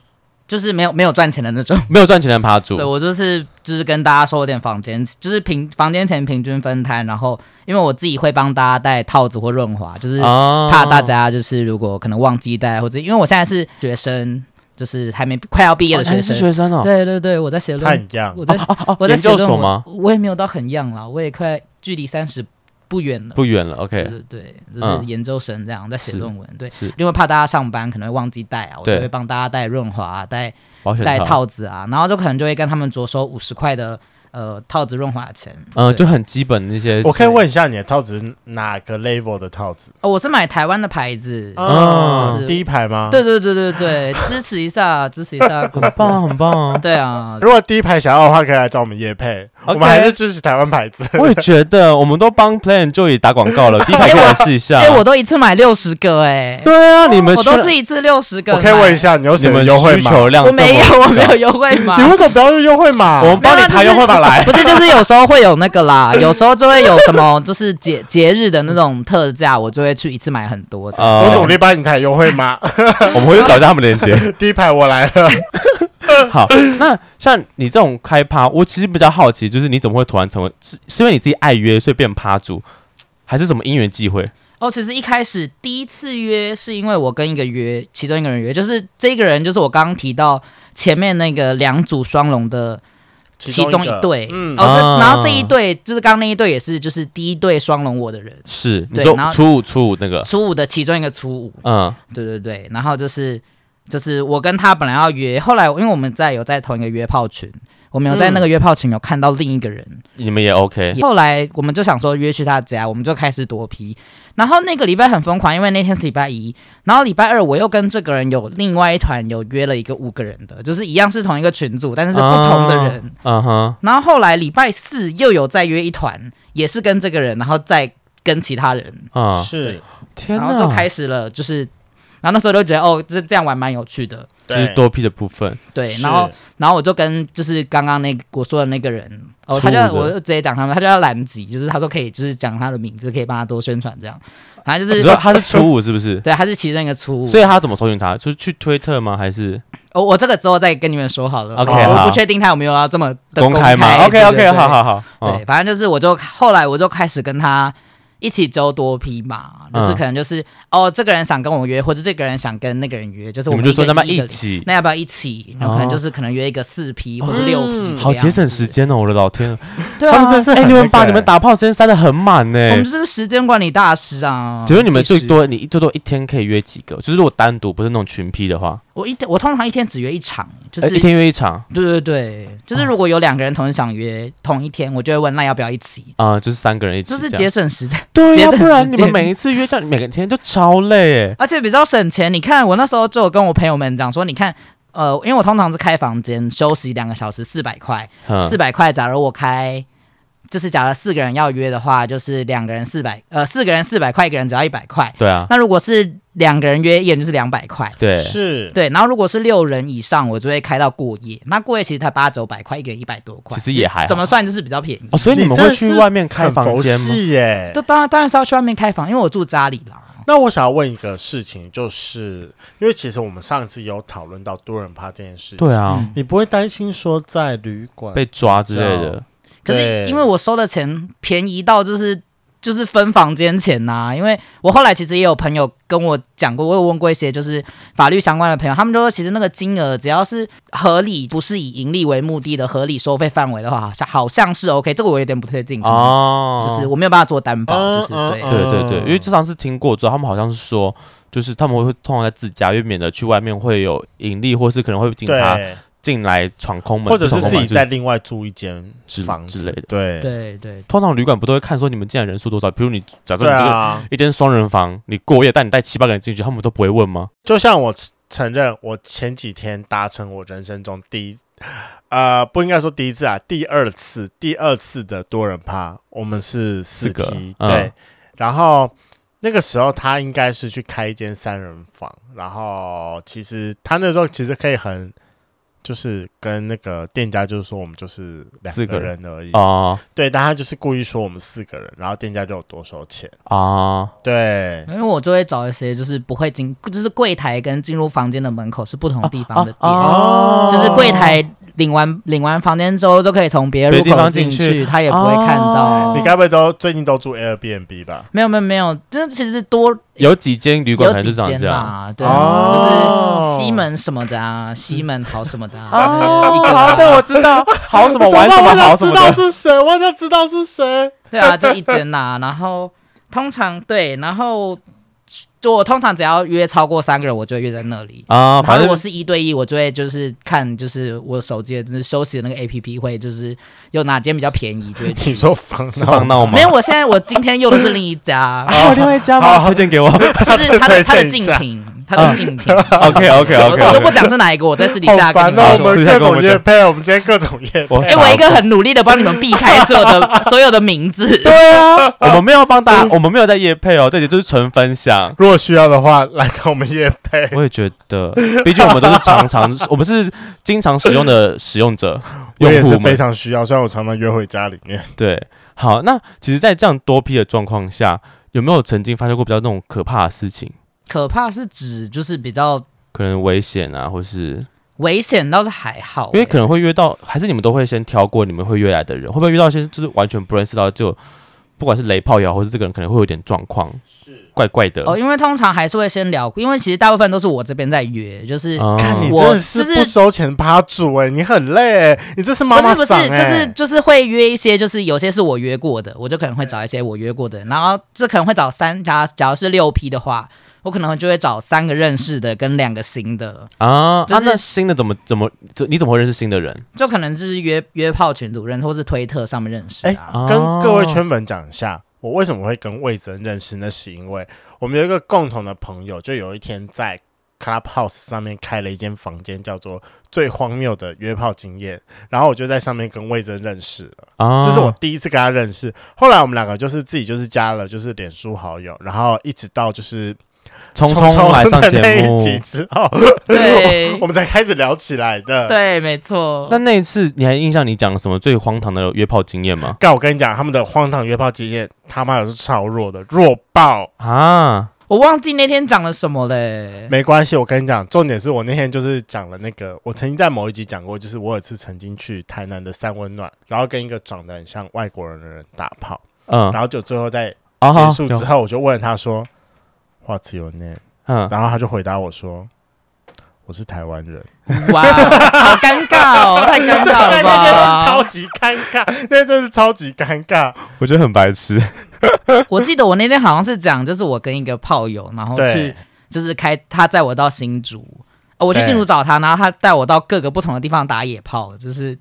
S3: 就是没有没有赚钱的那种。
S1: 没有赚钱的趴主
S3: 对。我就是就是跟大家说，有点房间，就是平房间钱平均分摊，然后因为我自己会帮大家带套子或润滑，就是
S1: 啊
S3: 怕大家就是如果可能忘记带，或者因为我现在是学生，就是还没快要毕业
S1: 哦
S3: 的
S1: 你还
S3: 学
S1: 是
S3: 生。
S1: 学生哦，
S3: 对对对，我在写
S2: 太
S3: 论，
S2: 一样，
S3: 我在、我在
S1: 研
S3: 写
S1: 究
S3: 论
S1: 所
S3: 文
S1: 吗？
S3: 我也没有到很样啦，我也快距离三十不远了。
S1: 不远了
S3: 对
S1: ，OK，
S3: 对对，就是
S1: 嗯
S3: 研究生这样在写
S1: 是
S3: 论文，对，
S1: 是
S3: 因为怕大家上班可能会忘记带啊，我就
S1: 对
S3: 会帮大家带润滑、啊、带
S1: 保险
S3: 带，套子啊，然后就可能就会跟他们着收五十块的呃套子润滑钱。
S1: 嗯，
S3: 对
S1: 就很基本的那些。
S2: 我可以问一下你的套子是哪个 level 的套子？
S3: 哦，我是买台湾的牌子，
S1: 嗯
S3: 就是
S2: 第一排吗？
S3: 对对对对对，支持一下，支持一下。
S1: 很棒，很棒
S2: *laughs*
S3: 对啊，
S2: 如果第一排想要的话，可以来找我们叶配，我
S1: OK
S2: 们还是支持台湾牌
S3: *laughs*
S2: 子。
S1: 我也觉得，我们都帮 Plan 就已打广告了，第一排可以来试一下
S3: 哎、。我都一次买六十个哎、
S1: 对啊，你们
S3: 我
S1: 需
S3: 都是一次六十个。
S2: 我可以问一，下，你有
S1: 你
S2: 什么
S1: 们
S2: 优惠
S1: 需
S2: 码？
S1: 求量
S3: 我
S1: 这么
S3: 没有，我没
S1: 高
S3: 有优惠码
S2: 你。为什么不要用优惠码？
S1: 我们帮你抬优惠码来。
S3: *laughs* 不是，就是有时候会有那个啦，有时候就会有什么，就是节节日的那种特价，我就会去一次买很多的。
S1: 啊
S2: 我努力帮你抬优惠码。
S1: 我们回去找一下他们链接。
S2: *laughs* 第一排我来了，
S1: 好， *laughs* 那像你这种开趴，我其实比较好奇，就是你怎么会突然成为是是因为你自己爱约，所以变趴主，还是什么因缘际会？
S3: 哦，其实一开始第一次约是因为我跟一个约，其中一个人约，就是这个人就是我刚刚提到前面那个两组双龙的其中
S2: 个
S3: 一对，
S2: 嗯，
S3: 哦，这
S1: 啊
S3: 然后这一对就是刚刚那一对也是就是第一对双龙我的人，
S1: 是你
S3: 对
S1: 说
S3: 然后
S1: 初五初五那个，
S3: 初五的其中一个初五，
S1: 嗯，
S3: 对对对，然后就是就是我跟他本来要约，后来因为我们在有在同一个约炮群，我们有在那个约炮群有看到另一个人，
S1: 你们也 OK，
S3: 后来我们就想说约去他家，我们就开始躲批。然后那个礼拜很疯狂，因为那天是礼拜一，然后礼拜二我又跟这个人有另外一团有约了一个五个人的，就是一样是同一个群组，但是是不同的人。
S1: 嗯哼，
S3: 然后后来礼拜四又有再约一团，也是跟这个人，然后再跟其他人，
S1: 啊，
S2: 是，
S1: 天
S3: 然后就
S1: 哪，
S3: 开始了，就是，然后那时候就觉得哦，这这样玩蛮有趣的，
S1: 就是多批的部分，
S3: 对。
S2: 是
S3: 然后然后我就跟就是刚刚那个我说的那个人，哦，
S1: 初
S3: 他
S1: 五
S3: 就
S1: 的
S3: 我就直接讲他们，他就叫兰吉，就是他说可以就是讲他的名字，可以帮他多宣传这样，反正就
S1: 哦你
S3: 是
S1: 知道他是初
S3: *laughs*
S1: 五是不是？
S3: 对，他是其中一个初五，
S1: 所以他怎么搜寻他？就是去推特吗？还是
S3: 哦，我这个之后再跟你们说好了
S1: OK，
S3: 我
S1: 好
S3: 不确定他有没有要这么的
S1: 公开吗
S3: 对
S1: ？OK
S3: 对
S1: OK，
S3: 对
S1: 好好好，嗯
S3: 对，反正就是我就后来我就开始跟他一起揪多批嘛，就是
S1: 嗯
S3: 可能就是、哦，这个人想跟我约，或者这个人想跟那个人约，就是
S1: 你哎
S3: 我
S1: 们就说
S3: 一个
S1: 他们
S3: 一
S1: 一
S3: 个
S1: 起，
S3: 那要不要一起？然后可能就是可能约一个四批或者六批、
S2: 嗯
S1: 好节省时，间哦！我的老天，
S3: 对啊，
S2: 他们真是
S1: 哎，
S2: 很
S1: 你
S2: 那
S1: 们
S2: 个
S1: 把
S2: 欸
S1: 你们打炮时间塞得很满欸呢
S3: 我。们就是时间管理大师啊。
S1: 哎请问你们最
S3: 必须，
S1: 多你最多一天可以约几个？就是如果单独不是那种群批的话，
S3: 我一天我通常一天只约一场，就是、
S1: 哎一天约哦一场
S3: 对对对，就是如果有两个人同时想约同一天，我就会问那要不要一起，
S1: 啊，就是三个人一起
S3: 就
S1: 这
S3: 是
S1: 样，
S3: 节省时间。 *laughs*
S1: 对
S3: 节
S1: 呀，
S3: 省
S1: 不然
S3: 时
S1: 你们
S3: 间
S1: 每一次约这样，每个天就超累哎。
S3: 而且比较省钱。你看，我那时候就有跟我朋友们讲说，你看，呃，因为我通常是开房间休息两个小时，四百块，
S1: 嗯
S3: 四百块。假如我开，就是假如四个人要约的话，就是两个人四百，呃，四个人四百块，一个人只要一百块。
S1: 对啊，
S3: 那如果是两个人约，一人就是两百块。
S1: 对，
S2: 是，
S3: 对，然后如果是六人以上，我就会开到过夜。那过夜其实才八九百块，一个人一百多块
S1: 其，实也还好
S3: 怎么算就是比较便宜。
S1: 哦，所以你们
S2: 真
S1: 会
S2: 的
S1: 去
S2: 是
S1: 外面开
S2: 很
S1: 房
S2: 佛
S1: 间吗？
S2: 系耶
S3: 就。当然当然是要去外面开房，因为我住家里啦。
S2: 那我想要问一个事情，就是因为其实我们上次有讨论到多人趴这件事情，
S1: 对，
S3: 嗯
S1: 啊，
S2: 你不会担心说在旅馆
S1: 被抓之类的，
S3: 可是
S2: 对
S3: 因为我收的钱便宜到就是就是分房间钱呐、因为我后来其实也有朋友跟我讲过，我有问过一些就是法律相关的朋友，他们就说其实那个金额只要是合理，不是以盈利为目的的合理收费范围的话，好像好像是 OK。这个我有点不确定，
S1: 哦，
S3: 啊嗯就是我没有办法做担保，
S2: 嗯
S3: 就是
S2: 嗯
S3: 对。
S1: 对对对，
S2: 嗯
S1: 因为这上次听过之后，他们好像是说，就是他们会通常在自家，因为免得去外面会有盈利，或是可能会有警察
S2: 对，
S1: 进来闯空门，
S2: 或者
S1: 不
S2: 是
S1: 闯
S2: 自
S1: 空门
S2: 己再另外租一间
S1: 就是
S2: 房
S1: 之
S2: 子
S1: 之类的。
S2: 对啊
S3: 对对，
S1: 通常旅馆不都会看说你们进来人数多少？比如你假设
S2: 对
S1: 你这个
S2: 啊，
S1: 一间双人房，你过夜，但你带七八个人进去，他们都不会问吗？
S2: 就像我承承认，我前几天达成我人生中第一，呃，不应该说第一次啊，第二次，第二次的多人趴，我们是
S1: 四
S2: 四
S1: 个
S2: 梯
S1: 嗯
S2: 对，然后那个时候他应该是去开一间三人房，然后其实他那时候其实可以很。就是跟那个店家就是说我们就是两
S1: 四个
S2: 个
S1: 人
S2: 人而已，
S1: 啊
S2: 对，但他就是故意说我们四个人，然后店家就有多收钱，
S1: 啊，
S2: 对，
S3: 因为我就会找一些就是不会进，就是柜台跟进入房间的门口是不同地方的店，
S1: 哦
S3: 就是柜台领完领完房间之后，就可以从别的
S1: 别的
S3: 入
S1: 地
S3: 口
S1: 方
S3: 进
S1: 进去
S3: 去，他也不会看到。
S1: 哦
S2: 你该不会都最近都住 Airbnb
S3: *laughs*
S2: 吧？
S3: 没有没有没有，这其实多
S1: 有几间旅馆可能
S3: 有几
S1: 就长
S3: 间
S1: 这样。
S3: 啦，对啊，
S2: 哦
S3: 就是西门什么的啊，西门好什么的啊，
S1: 哦
S3: 一个啊
S1: 好，这我知道， *laughs* 好什么玩什么好什么的
S2: 我想知道是啊谁，我想知道是谁。
S3: 对啊，就一间啦。然后通常对，然后就我通常只要约超过三个人，我就会约在那里。
S1: 啊，
S3: 然后
S1: 反
S3: 如
S1: 正
S3: 果是一对一，我就会就是看就是我手机的就是休息的那个 A P P 会就是有哪间比较便宜，
S2: *laughs*
S3: 就会去
S2: 你说防
S1: 是放
S2: 闹，
S1: 闹吗
S3: 没？有，我现在我今天用的是另一
S1: *laughs*
S3: 家，
S1: 还有另外一家吗？推荐给我。
S3: 就是它的它
S2: 推
S3: 的
S2: 荐一
S3: 竞
S2: 下
S3: 品，它的竞品，
S1: OK OK
S3: 我
S1: OK，
S3: 我都不讲是哪一个，我在私底下
S2: 好
S3: 跟你
S2: 烦
S3: 们
S2: 哦！我
S3: 说。
S2: 们
S1: 私下
S2: 各
S1: 跟我
S2: 种
S1: 们
S2: 夜
S1: 讲
S2: 配，我们今天各种夜配
S1: 我，
S3: 哎，我一个很努力的帮你们避开所有的 *laughs* 所有的名字，
S1: *laughs* 对啊，我们没有帮大家，我们没有在夜配哦，这里就是纯分享。
S2: 如果需要的话，来找我们夜配。
S1: *laughs* 我也觉得，毕竟我们都是常常， *laughs* 我们是经常使用的使用者，
S2: 我也
S1: 用
S2: 是
S1: 户
S2: 非
S1: 们。
S2: 常需要，虽然我常常约会家里面。
S1: 对，好，那其实，在这样多批的状况下，有没有曾经发生过比较那种可怕的事情？
S3: 可怕是指就是比较
S1: 可能危险啊，或是
S3: 危险，倒是还好，
S1: 因为
S3: 哎
S1: 可能会约到，还是你们都会先挑过你们会约来的人，会不会遇到一些就是完全不认识到就，不管是雷炮也好，或是这个人可能会有点状况，怪怪的。
S3: 哦，因为通常还是会先聊，因为其实大部分都是我这边在约，就是
S1: 哦
S2: 看你真
S3: 我
S2: 的
S3: 就是是
S2: 不收钱趴主哎，你很累哎，你这是妈
S3: 不
S2: 妈
S3: 是不是
S2: 桑，
S3: 就是
S2: 哎。
S3: 就是会约一些，就是有些是我约过的，我就可能会找一些我约过的，然后这可能会找三，假假如是六批的话，我可能就会找三个认识的跟两个新的，
S1: 啊、
S3: 就是
S1: 啊！那新的怎么怎么这你怎么会认识新的人？
S3: 就可能是约约炮群组认识，或是推特上面认识啊。
S1: 啊
S2: 跟各位圈粉讲一下，我为什么会跟魏征认识呢？是因为我们有一个共同的朋友，就有一天在 Clubhouse 上面开了一间房间，叫做“最荒谬的约炮经验”，然后我就在上面跟魏征认识了，
S1: 啊，
S2: 这是我第一次跟他认识。后来我们两个就是自己就是加了就是脸书好友，然后一直到就是
S1: 匆
S2: 匆
S1: 匆来上
S2: 的
S1: 节
S2: 那
S1: 目
S2: 一。集之
S1: *laughs*
S2: 后，
S3: 对
S2: 我们才开始聊起来的。
S3: 对，没错。
S1: 那那一次你还印象你讲了什么最荒唐的约炮经验吗？
S2: 但我跟你讲，他们的荒唐约炮经验，他妈的是超弱的，弱爆。
S1: 啊，
S3: 我忘记那天讲了什么嘞。
S2: 没关系，我跟你讲，重点是我那天就是讲了那个，我曾经在某一集讲过，就是我有一次曾经去台南的三温暖，然后跟一个长得很像外国人的人打炮，
S1: 嗯，
S2: 然后就最后在
S1: 啊
S2: 结
S1: 好
S2: 束之后，我就问他说，What's your name？
S1: 嗯，
S2: 然后他就回答我说，我是台湾人，
S3: 哇，好尴尬哦，太尴尬了
S2: 超
S3: 吧！
S2: 级尴尬， *laughs* 那真是超级尴尬，
S1: 我觉得很白痴。
S3: 我记得我那天好像是讲，就是我跟一个炮友，然后去
S2: 对
S3: 就是开他载我到新竹。哦我去
S2: 对
S3: 新竹找他，然后他带我到各个不同的地方打野炮，就是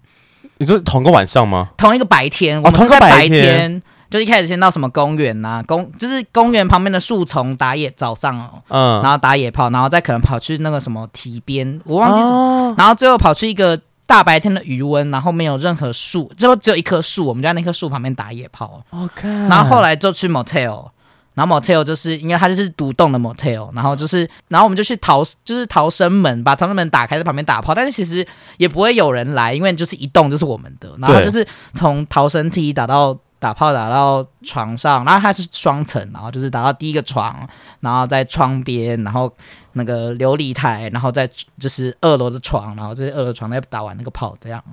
S1: 你说同个晚上吗？
S3: 同一个白天，我们
S1: 哦同一
S3: 是
S1: 个
S3: 在
S1: 白
S3: 白
S1: 天
S3: 天，就一开始先到什么公园呐、公就是公园旁边的树丛打野，早上哦，
S1: 嗯，
S3: 然后打野炮，然后再可能跑去那个什么堤边，我忘记什么
S1: 啊，
S3: 然后最后跑去一个大白天的余温，然后没有任何树，最后只有一棵树，我们就在那棵树旁边打野炮。
S1: 我看，
S3: 然后后来就去 motel，然后 motel 就是因为它就是独栋的 motel，然后就是然后我们就去逃就是逃生门，把逃生门打开，在旁边打炮，但是其实也不会有人来，因为就是一栋就是我们的，然后它就是从逃生梯打到。打炮打到床上，然后它是双层，然后就是打到第一个床，然后在窗边，然后那个琉璃台，然后再就是二楼的床，然后这是二楼床再打完那个炮，这样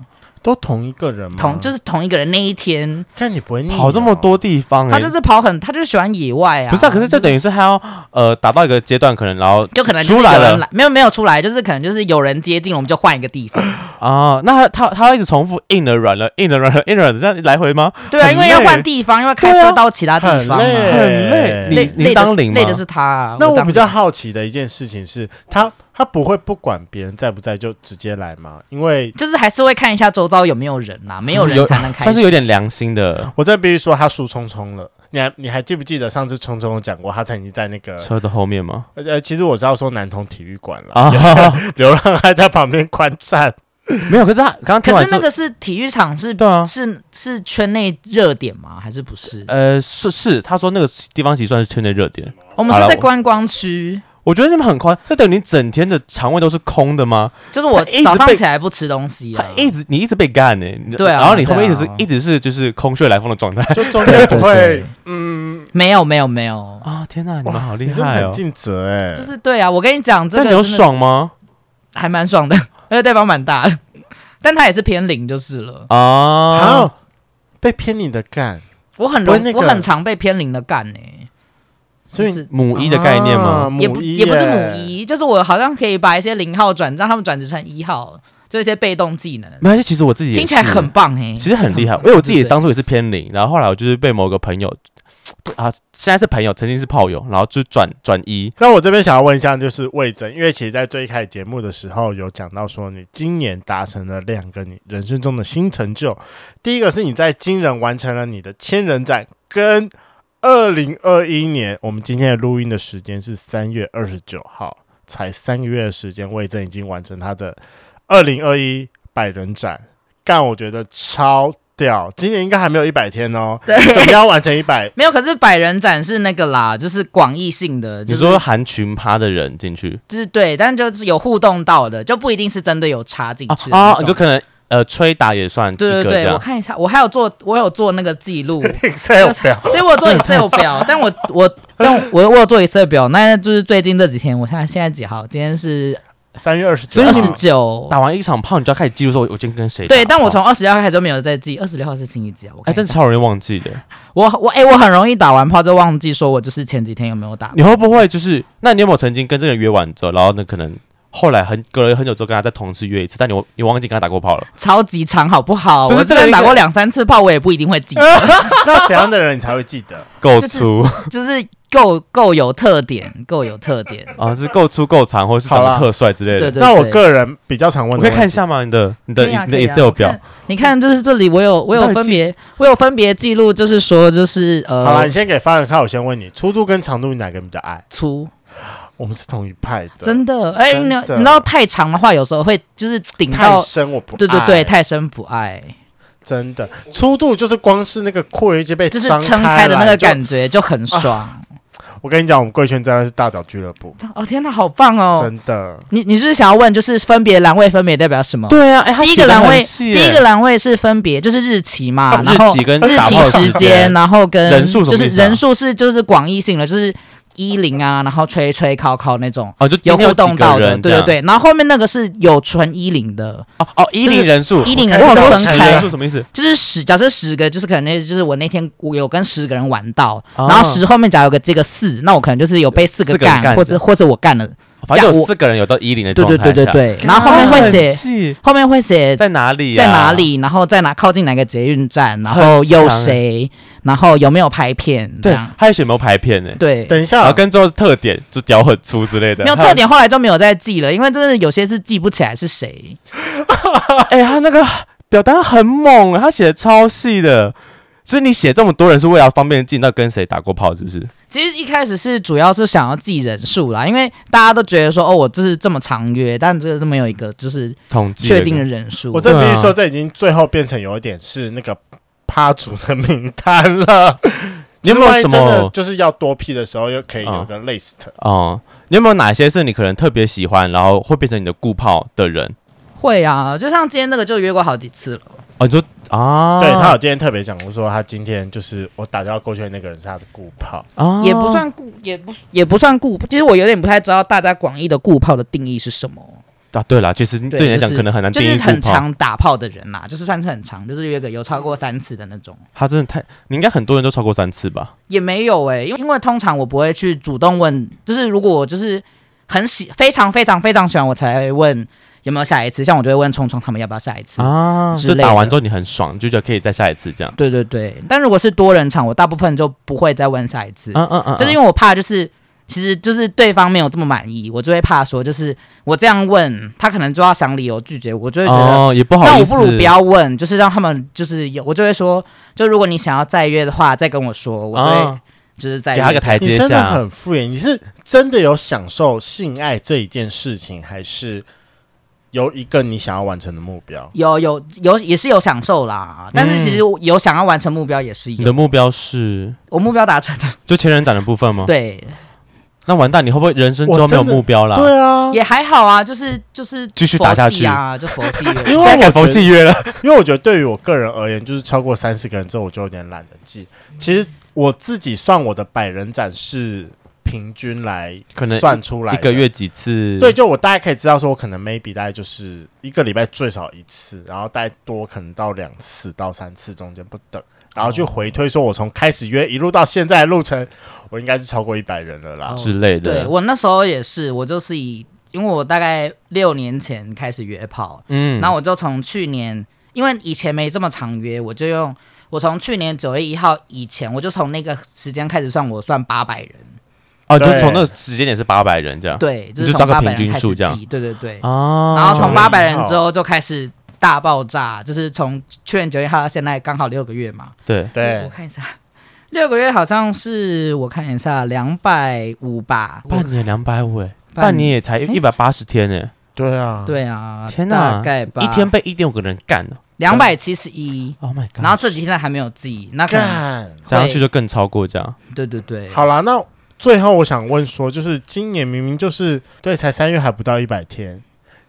S2: 都同一个人吗？
S1: 嗯
S3: 同就是是同一个人那一天，
S2: 看你不会腻
S1: 跑这么
S2: 哦，
S1: 多地方、欸，
S3: 他就是跑很，他就是喜欢野外啊。
S1: 不是啊？可是这
S3: 就
S1: 等于是他要呃达到一个阶段，可能然后
S3: 就可能就是
S1: 出来
S3: 有人
S1: 了
S3: 来，没有没有出来，就是可能就是有人接近，我们就换一个地
S1: *laughs*
S3: 方。
S1: 啊，那他他他一直重复硬了软了硬了软了硬了软了这样来回吗？
S3: 对啊，
S1: 很
S3: 因为要
S1: 累啊
S3: 换地方，因为开车到其他地方嘛。
S2: 很累
S1: 很累，
S2: 对
S1: 你
S3: 累
S1: 你
S3: 累的是
S1: 当零吗
S3: 累？的是他啊。
S2: 那我
S3: 当
S2: 比较
S3: 零
S2: 好奇的一件事情是，他他不会不管别人在不在就直接来吗？因为
S3: 就是还是会看一下周遭有没有人啦，没有人才能开始。
S1: 算是有点良心的
S2: 我这必须说他输聪聪了。你还你还记不记得上次聪聪有讲过，他曾经在那个
S1: 车的后面吗？
S2: 呃呃，其实我是要说南通体育馆了， *laughs*
S3: *laughs*
S1: 啊，
S2: 流浪汉在旁边观战，
S1: 没有，可是他刚刚听
S3: 可
S1: 完
S3: 是
S1: 之
S3: 那
S1: 后，
S3: 个是体育场是
S1: 对啊，
S3: 是是圈内热点吗？还是不是？
S1: 呃，是是，他说那个地方其实算是圈内热点。
S3: 我们
S1: 好
S3: 是
S1: 了
S3: 在
S1: 我
S3: 观光区，
S1: 我觉得你们很夸张，那等于你整天的肠胃都是空的吗？
S3: 就是我
S1: 他一直
S3: 早上
S1: 被
S3: 起来不吃东西
S1: 他
S3: 啊。
S1: 一直你一直被干呢、你
S3: 对啊
S1: 然后你后面一直是、
S3: 对啊
S1: 一直是就是空穴来风的状态
S2: *laughs* 就中间不会
S3: 对，
S2: 嗯，
S3: 没有没有没有，
S1: 啊！天哪，你们好厉
S2: 你真的
S1: 害哦
S2: 很！尽责哎、
S3: 就是对啊，我跟你讲，这
S1: 这
S3: 个
S1: 你有
S3: 真的
S1: 爽吗？
S3: 还蛮爽的， *laughs* 而且对方蛮大的，但他也是偏零就是了。
S1: 啊，
S2: 好被偏你的干，
S3: 我很
S2: 不
S3: 容
S2: 会，那个
S3: 我很常被偏零的干呢、
S2: 所以
S3: 就是
S1: 母一的概念
S2: 啊
S1: 吗？
S2: 母
S3: 也不
S2: 一
S3: 也不是
S2: 耶
S3: 母一，就是我好像可以把一些零号转，让他们转职成一号，就一些被动技能，
S1: 没关系，其实我自己也
S3: 听起来
S1: 是
S3: 很棒哎、
S1: 其实很厉害，因为我自己当初也是偏零，然后后来我就是被某个朋友啊，现在是朋友，曾经是炮友，然后就转转一。
S2: 那我这边想要问一下，就是魏征，因为其实，在最开始节目的时候有讲到说，你今年达成了两个你人生中的新成就。第一个是你在金人完成了你的千人展，跟二零二一年我们今天的录音的时间是三月二十九号，才三个月的时间，魏征已经完成他的二零二一百人展，干我觉得超屌。今年应该还没有一百天哦，
S3: 对
S2: 准备要完成一百。 *laughs*
S3: 没有，可是百人展是那个啦，就是广义性的，
S1: 你
S3: 就是
S1: 说含群趴的人进去
S3: 就是对，但就是有互动到的，就不一定是真的有插进
S1: 啊
S3: 去的那
S1: 啊，
S3: 种
S1: 你就可能呃吹打也算一
S3: 对
S1: 个
S3: 对
S1: 这
S3: 对，我
S1: 样。
S3: 看一下，我还有做，我有做那个
S1: *laughs*
S3: 记录，
S2: Excel 表
S3: *laughs* 所以我有做 Excel 表，但我我但我我有做 Excel 表，那就是最近这几天，我看现在几号？今天是
S2: 三月二十九
S1: 所以
S3: 二
S2: 号，
S1: 你
S3: 十九，
S1: 打完一场炮，你就要开始记录说，我今天跟谁打
S3: 对，但我
S1: 炮
S3: 从二十六号开始都没有在记，二十六号是星期几啊？我
S1: 哎，
S3: 看
S1: 真的超容易忘记的。
S3: 我我哎、我很容易打完炮就忘记说我就是前几天有没有打。
S1: 你会不会就是？那你有没有曾经跟这个人约完之后，然后呢，可能后来很隔了很久之后跟他再同时约一次，但你忘你忘记跟他打过炮 *laughs* 了？
S3: 超级长好不好？
S1: 就是
S3: 我
S1: 这
S3: 真
S1: 个
S3: 的打
S1: 一个 *laughs*
S2: *laughs*
S3: 过两三次炮，我也不一定会记得，
S2: 那怎样的人你才会记得？
S1: 够 *laughs*
S3: 就是
S1: 粗，
S3: 就是够够有特点，够有特
S1: *laughs*
S3: 点。
S1: 啊，是够粗够长，或是长
S2: 好
S1: 得
S2: 啦
S1: 特帅之类的。
S3: 对对
S2: 那我个人比较常问
S1: 我
S2: 的
S1: 可以
S2: 问
S1: 看一
S2: 题，
S1: 下吗？你的你的
S3: 可以啊
S1: 你的
S3: 可以啊我
S1: Excel 表
S3: 看你看，就是这里我有我有
S1: 那你
S3: 分
S1: 记
S3: 别我有分别记录，就是说就是
S2: 好啦，
S3: 呃
S2: 你先给发人看，我先问你，粗度跟长度你哪个比较爱？
S3: 粗，
S2: 我们是同一派的，
S3: 真的哎，
S2: 真
S3: 你
S2: 的
S3: 你知道太长的话，有时候会就是顶
S2: 太
S3: 到，
S2: 深我不爱。
S3: 对对对，太深不爱，
S2: 真的粗度就是光是那个括约肌被
S3: 就是
S2: 张
S3: 撑
S2: 开
S3: 开的那
S2: 来
S3: 个
S2: 就
S3: 感觉就很
S1: 啊
S3: 爽。
S2: 我跟你讲，我们贵圈真的是大屌俱乐部，
S3: 哦天哪，好棒哦！
S2: 真的。
S3: 你你是不是想要问，就是分别栏位分别代表什么？
S1: 对啊，哎，他
S3: 第一
S1: 写
S3: 个
S1: 得
S3: 栏
S1: 很
S3: 位，
S1: 细
S3: 第一
S1: 耶
S3: 个栏位是分别就是日期嘛，啊然
S1: 哦日
S3: 后
S1: 期跟
S3: 日
S1: 打
S3: 期
S1: 炮
S3: 时间，
S1: 间，
S3: 然后跟
S1: 人数什么
S3: 就
S1: 意思
S3: 是
S1: 啊
S3: 人数是就是广义性的，就是一零啊，然后吹吹考考那种。
S1: 哦，就今
S3: 有
S1: 天
S3: 互
S1: 有
S3: 动
S1: 几
S3: 到
S1: 个
S3: 的，
S1: 人，
S3: 对对，对，然后后面那个是有纯一零的，
S1: 哦哦，一
S3: 就是
S1: 零人数，
S3: 一零人
S1: 我想
S3: 就
S1: 说
S3: 分
S1: 十
S3: 开
S1: 人，数什么意思？
S3: 就是十，假设十个，就是可能那就是我那天我有跟十个人玩到，
S1: 哦
S3: 然后十后面假如有个这个四，那我可能就是有被
S1: 四
S3: 四
S1: 个人
S3: 干，
S1: 干
S3: 或者或者我干了，
S1: 反正
S3: 加
S1: 有
S3: 我
S1: 四个人有到一零的
S3: 对
S1: 状
S3: 对
S1: 态
S3: 对对
S1: 下，
S3: 对，然 *laughs* 后后面会写
S1: 啊很细
S3: 后面会写
S1: 在哪里，啊
S3: 在哪？里，然后在哪靠近哪个捷运站，然后
S1: 很强
S3: 有谁，然后有没有拍片，这
S1: 对
S3: 样，
S1: 还有写没有排片呢？
S3: 对。
S2: 等一
S1: 然
S2: 下
S1: 后，啊跟之后特点就屌很粗之类的，
S3: 没有
S1: 还
S3: 特。点，后来就没有再记了，因为真的有些是记不起来是谁。
S1: 哎，他那个表单很猛，他写的超细的。所以你写这么多人是为了方便记到跟谁打过炮，是不是？
S3: 其实一开始是主要是想要记人数啦，因为大家都觉得说哦，我就是这么常约，但这个都没有一个就是
S1: 统计
S3: 确定的
S1: 人
S3: 人数。
S2: 我这必
S1: 对
S2: 须
S1: 啊
S2: 说，这已经最后变成有一点是那个趴主的名单
S1: *laughs*
S2: 了。
S1: 你有没有
S2: 就是万一
S1: 什
S2: 真的
S1: 么
S2: 就是要多批的时候，又可以有一个 list？
S1: 哦、你有没有哪些是你可能特别喜欢，然后会变成你的固炮的人？
S3: 会啊，就像今天那个就约过好几次了。
S1: 哦，你说啊，
S2: 对他有今天特别讲过，说他今天就是我打电话过去的那个人是他的顾炮，
S1: 啊
S3: 也不算固，也不也不算固。其实我有点不太知道大家广义的固炮的定义是什么，
S1: 啊。对啦，其实对你来讲可能很难
S3: 就
S1: 定
S3: 是
S1: 义
S3: 很
S1: 固炮。
S3: 常打炮的人啦、就是算是很常，就是约个有超过三次的那种。
S1: 他真的太，你应该很多人都超过三次吧？
S3: 也没有哎、因为因为通常我不会去主动问，就是如果我就是很喜非常非常非常喜欢，我才会问有没有下一次。像我就会问虫虫他们要不要下一次。
S1: 啊，
S3: 之
S1: 就
S3: 类的
S1: 打完之后你很爽，就觉得可以再下一次这样。
S3: 对对对，但如果是多人场，我大部分就不会再问下一次，
S1: 嗯嗯嗯，
S3: 就是因
S1: 为
S3: 为我怕就是。其实就是对方没有这么满意，我就会怕说，就是我这样问他，可能就要想理由拒绝，我就会觉得，
S1: 哦也不好
S3: 那
S1: 意
S3: 我
S1: 思，
S3: 不如不要问，就是让他们就是有，我就会说，就如果你想要再约的话，再跟我说，我就会
S1: 啊
S3: 就是再
S1: 给他
S3: 约
S1: 个台
S2: 你
S1: 阶
S2: 真的
S1: 下。
S2: 很敷衍。你是真的有享受性爱这一件事情，还是有一个你想要完成的目标？
S3: 有有有也是有享受啦，但
S1: 嗯
S3: 是其实我有想要完成目标也是
S1: 你
S3: 有，
S1: 的目标是
S3: 我目标达成了，
S1: 就千人斩的部分吗？，
S3: 对，
S1: 那完蛋，你会不会人生之后没有目标啦？
S2: 对啊，
S3: 也还好啊，就是就是
S1: 继续
S3: 佛
S1: 打下
S3: 系啊，就佛系乐，
S1: *laughs* 因
S2: 现在
S1: 为
S2: 感
S1: 我
S2: 觉
S1: 佛系约了，
S2: 因为我觉得对于我个人而言，就是超过三十个人之后，我就有点懒得记。其实我自己算我的百人展是平均来
S1: 可能
S2: 算出来
S1: 一
S2: 的
S1: 个。月几次？
S2: 对，就我大概可以知道，说我可能 maybe 大概就是一个礼拜最少一次，然后大概多可能到两次到三次中间不等，然后去回推说，我从开始约一路到现在的路程，我应该是超过一百人了
S3: 哦
S2: 啦。
S1: 之类
S3: 对
S1: 的。
S3: 我那时候也是，我就是以因为我大概六年前开始约炮，
S1: 嗯，
S3: 然后我就从去年，因为以前没这么常约，我就用我从去年九月一号以前，我就从那个时间开始算，我算八百人，
S1: 哦，就是
S2: 对
S1: 从那个时间点是八百人这样。
S3: 对，
S1: 啊你就
S3: 是从
S1: 找个
S3: 八百
S1: 平
S3: 人
S1: 均
S3: 开
S1: 数
S3: 始
S1: 这样
S3: 记，对对对，
S1: 啊，
S3: 然后从
S2: 哦
S3: 八百人之后就开始大爆炸，就是从去年九月一号到现在刚好六个月嘛。
S1: 对
S3: 我
S2: 对，
S3: 看一下，六个月好像是我看一下两百五吧，
S1: 半年两百五哎，
S3: 半
S1: 半年也才
S3: 哎
S1: 一百八十天哎，
S2: 对啊，
S3: 对啊，
S1: 天哪
S3: 大概吧，
S1: 一天被一点五个人干了
S3: 两百七十一，
S1: ，Oh my god！
S3: 然后这几天还没有记，那可能
S2: 干。
S1: 加上去就更超过这样。
S3: 对对对，
S2: 好啦，那最后我想问说，就是今年明明就是对，才三月还不到一百天，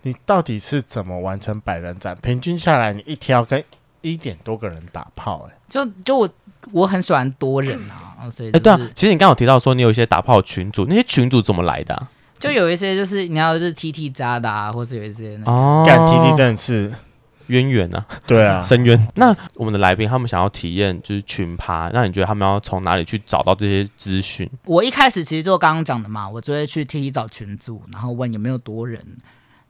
S2: 你到底是怎么完成百人展？平均下来，你一天要跟一点多个人打炮、欸，
S3: 就就我我很喜欢多人啊，所以
S1: 哎，对啊
S3: 就是，
S1: 其实你刚好提到说你有一些打炮群组，那些群组怎么来的啊？
S3: 就有一些就是你要就是 T T 加的啊，或是有一些那
S1: 哦
S2: 干 T T 真的是，
S1: 渊源啊，
S2: 对啊，
S1: 深渊。那我们的来宾他们想要体验就是群趴，那你觉得他们要从哪里去找到这些资讯？
S3: 我一开始其实就刚刚讲的嘛，我就会去 T T 找群组，然后问有没有多人，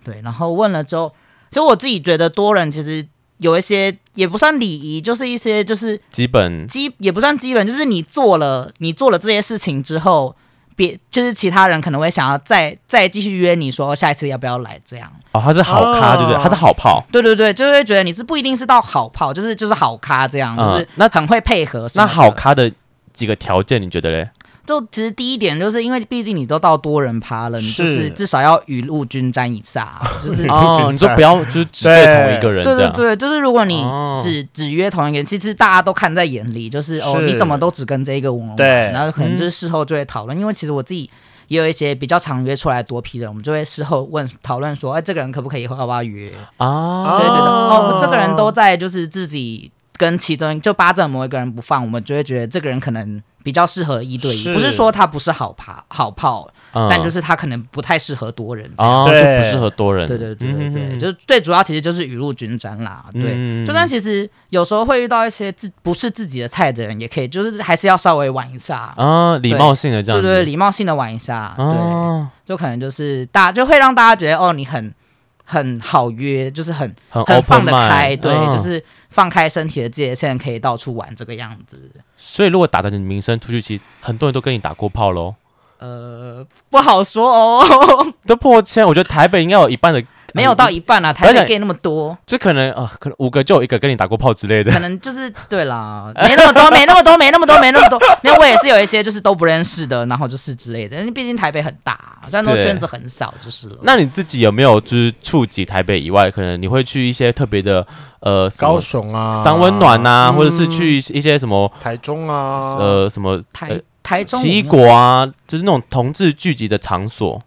S3: 对，然后问了之后，其实我自己觉得多人其实有一些也不算礼仪，就是一些就是
S1: 基本
S3: 基也不算基本，就是你做了你做了这些事情之后，别就是其他人可能会想要再再继续约你说、哦下一次要不要来这样。
S1: 哦，他是好咖，就是
S2: 哦
S1: 他是好炮。
S3: 对对对，就会觉得你是不一定是到好炮，就是就是好咖这样，
S1: 嗯
S3: 就是那很会配合什么
S1: 那
S3: 的。
S1: 好咖的几个条件，你觉得嘞？
S3: 就其实第一点就是因为毕竟你都到多人趴了，你就是
S2: 是
S3: 至少要雨露均沾以
S1: *laughs*
S3: 上，就是
S2: 对不
S1: 哦，
S2: 存
S1: 你说
S2: 在
S1: 不要就是只对
S2: 对
S1: 同一个人
S3: 对
S1: 这
S3: 对
S1: 样。
S3: 对，就是如果你
S1: 哦
S3: 只、只约同一个人，其实大家都看在眼里，就是哦，
S2: 是
S3: 你怎么都只跟这一个网红玩
S2: 对
S3: 然后可能
S1: 嗯
S3: 就是事后就会讨论，因为其实我自己。也有一些比较常约出来多批的人，我们就会事后问讨论说，哎，这个人可不可以要不要约？就
S1: 啊，
S3: 会觉得
S2: 哦
S3: 哦，这个人都在就是自己跟其中就巴着某一个人不放，我们就会觉得这个人可能比较适合一对一，
S2: 是
S3: 不是说他不是好爬好炮，
S1: 嗯
S3: 但就是他可能不太适合多人。
S1: 哦，就
S2: 对
S1: 不适合多人。
S3: 对对对对对，
S1: 嗯
S3: 就是最主要其实就是雨露均沾啦。对，
S1: 嗯
S3: 就算其实有时候会遇到一些自不是自己的菜的人，也可以，就是还是要稍微玩一下，
S1: 啊，礼
S3: 对
S1: 貌性的这
S3: 对
S1: 样
S3: 对对，
S1: 子。
S3: 礼貌性的玩一下，对。
S1: 啊，
S3: 就可能就是大就会让大家觉得哦，你很很好约，就是很
S1: 很
S3: 很
S1: open
S3: 放得开，
S1: mind，
S3: 对，
S1: 嗯
S3: 就是放开身体的界限，可以到处玩这个样子。
S1: 所以如果打着你的名声出去，其实很多人都跟你打过炮喽。
S3: 呃，不好说哦， *laughs*
S1: 都破千，我觉得台北应该有一半的
S3: 没有到一半啦，台
S1: 而
S3: 北
S1: 且
S3: gay 那么多，
S1: 这可能啊、可能五个就有一个跟你打过炮之类的
S3: 可。能就是对啦，没那么多，没那么多，没那么多，没那么多。没有，我也是有一些就是都不认识的，然后就是之类的，因为毕竟台北很大，啊虽然说
S1: 对
S3: 圈子很少，就是了。
S1: *laughs* 那你自己有没有就是触及台北以外，可能你会去一些特别的呃什么
S2: 高雄啊，
S1: 三温暖
S3: 嗯
S1: 呐、或者是去一些什么
S2: 台中啊，
S1: 呃什么
S3: 台
S1: 呃
S3: 台中我
S1: 奇
S3: 没
S1: 异
S3: 有
S1: 果啊，就是那种同志聚集的场所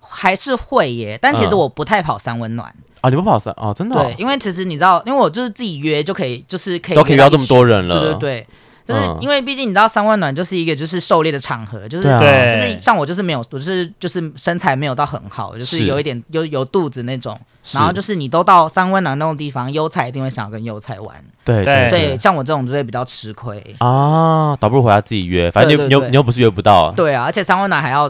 S3: 还是会耶，但其实
S1: 嗯
S3: 我不太跑三温暖。
S1: 啊。你不跑山哦，真的哦、
S3: 对，因为其实你知道，因为我就是自己约就可以，就是可以
S1: 都可以
S3: 约
S1: 邀
S3: 到
S1: 这么多人
S3: 一
S1: 了。
S3: 群。对对对，就是
S1: 嗯
S3: 因为毕竟你知道三温暖就是一个就是狩猎的场合，就是、
S1: 对啊
S3: 就是
S2: 对，
S3: 像我就是没有，我就是就是身材没有到很好，就是
S1: 是
S3: 有一点有有肚子那种，
S1: 是
S3: 然后就是你都到三温暖那种地方，优菜一定会想要跟优菜玩，
S1: 对
S2: 对
S3: 所以像我这种就会比较吃亏。
S1: 啊，倒不如回家自己约，反正你
S3: 对对
S1: 你又
S3: 对
S1: 你又不是约不到，
S3: 对啊，而且三温暖还要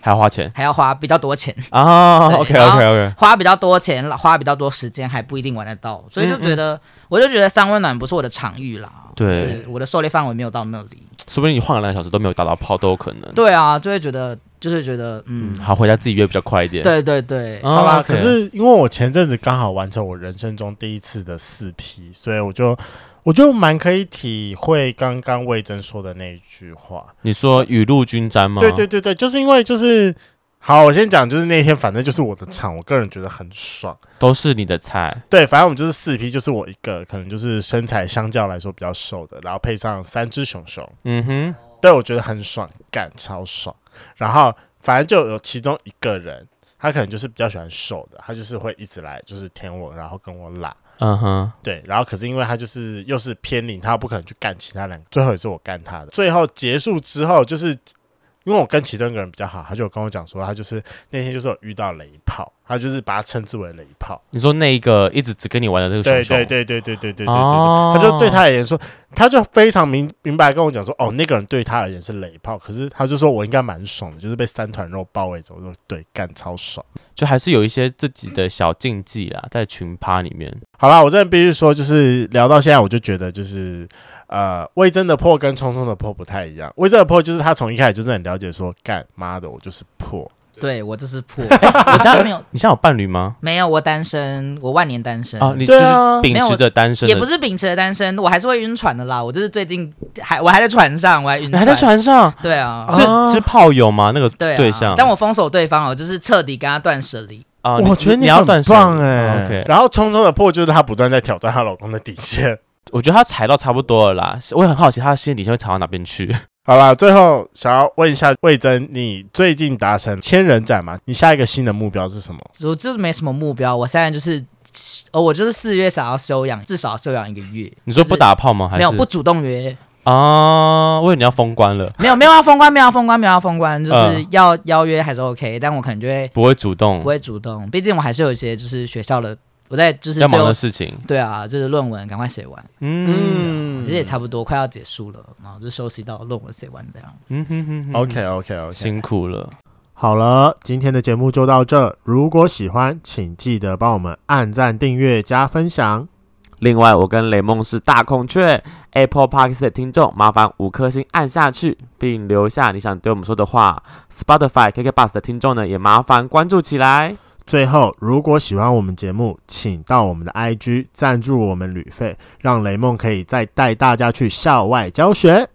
S1: 还要花
S2: *laughs*
S1: 钱
S3: 还要花比较多钱， *laughs*
S1: 啊。
S3: 对
S1: OK
S3: 然后
S1: OK OK，
S3: 花比较多钱，花比较多时间，还不一定玩得到，所以就觉得，我就觉得三温暖不是我的场域啦，
S1: 嗯对
S3: 就是我的狩猎范围没有到那里。
S1: 说不定你晃了两个小时都没有打到炮都有可能。
S3: 对啊，就会觉得，就是觉得，嗯，
S1: 嗯，好，回家自己约比较快一点。
S3: 对对对，
S1: 啊，
S2: 好啦，
S1: OK
S2: 可是因为我前阵子刚好完成我人生中第一次的四 P，所以我就我就蛮可以体会刚刚魏征说的那一句话。
S1: 你说雨露均沾吗？
S2: 对对对对，就是因为就是好，我先讲，就是那天反正就是我的场，我个人觉得很爽。
S1: 都是你的菜。
S2: 对，反正我们就是四 P，就是我一个可能就是身材相较来说比较瘦的，然后配上三只熊熊，
S1: 嗯哼，
S2: 对我觉得很爽，感超爽。然后反正就有其中一个人，他可能就是比较喜欢瘦的，他就是会一直来就是舔我，然后跟我拉。
S1: 嗯哼，
S2: 对，然后可是因为他就是又是偏零，他不可能去干其他两个，最后也是我干他的。最后结束之后，就是因为我跟其中一个人比较好，他就有跟我讲说，他就是那天就是有遇到雷炮，他就是把它称之为雷炮。
S1: 你说那一个一直只跟你玩的这个
S2: 对
S1: 熊熊，
S2: 对对对对对对对对，
S1: 哦
S2: 他就对他而言说，他就非常明明白跟我讲说，哦，那个人对他而言是雷炮，可是他就说我应该蛮爽的，就是被三团肉包围着，我就对干超爽。
S1: 就还是有一些自己的小禁忌啦，在群趴里
S2: *laughs*
S1: 面。
S2: 好啦，我真的必须说，就是聊到现在，我就觉得就是呃，魏征的破跟聪聪的破不太一样。魏征的破就是他从一开始就是很了解说，干妈的我就是破，
S3: 对我这是破，哎我是没有
S1: 你现在有伴侣吗？
S3: 没有，我单身，我万年单身
S1: 啊，你就
S2: 对
S1: 是
S2: 啊
S1: 秉持着单身
S3: 也
S1: 的，
S3: 不是秉持着单身，我还是会晕船的啦。我就是最近还我还在船上，我还晕
S1: 你还在船上，
S3: 对啊，
S1: 是是炮友吗？那个
S3: 对啊
S1: 对象，
S3: 但我封锁对方，我哦就是彻底跟他断舍离。
S1: 啊，
S2: 我觉得
S1: 你
S2: 你
S1: 要
S2: 很
S1: 断舍离
S4: 啊
S2: 棒哎、
S1: OK，
S2: 然后聪聪的破就是他不断在挑战她老公的底线。
S1: 我觉得他踩到差不多了啦。我也很好奇他的心理底线会踩到哪边去。 *laughs*
S2: 好啦，最后想要问一下魏征，你最近达成千人斩吗？你下一个新的目标是什么？
S3: 我就是没什么目标，我现在就是，呃，我就是四月想要休养，至少要休养一个月。
S1: 你说不打炮吗？还是
S3: 没有不主动约，
S1: 啊？我以为你要封关了，
S3: 没有没有要封关，没有要封关，没有要封关，就是
S1: 嗯
S3: 要邀约还是 OK，但我可能就会
S1: 不会主动，
S3: 不会主动，毕竟我还是有一些就是学校的，我在就是
S1: 要
S3: 最
S1: 忙
S3: 后
S1: 的事情。
S3: 对啊，就是论文赶快写完，
S1: 嗯
S2: 嗯
S3: 其实也差不多快要结束了，然后就休息到论文写完这样。
S1: 嗯哼哼哼
S2: OK OK OK，
S1: 辛苦了。
S2: 好了，今天的节目就到这。如果喜欢，请记得帮我们按赞、订阅、加分享。
S4: 另外，我跟雷梦是大孔雀 Apple Park 的听众，麻烦五颗星按下去，并留下你想对我们说的话。Spotify KK Bus 的听众呢，也麻烦关注起来。
S2: 最后，如果喜欢我们节目，请到我们的 IG 赞助我们旅费，让雷梦可以再带大家去校外教学。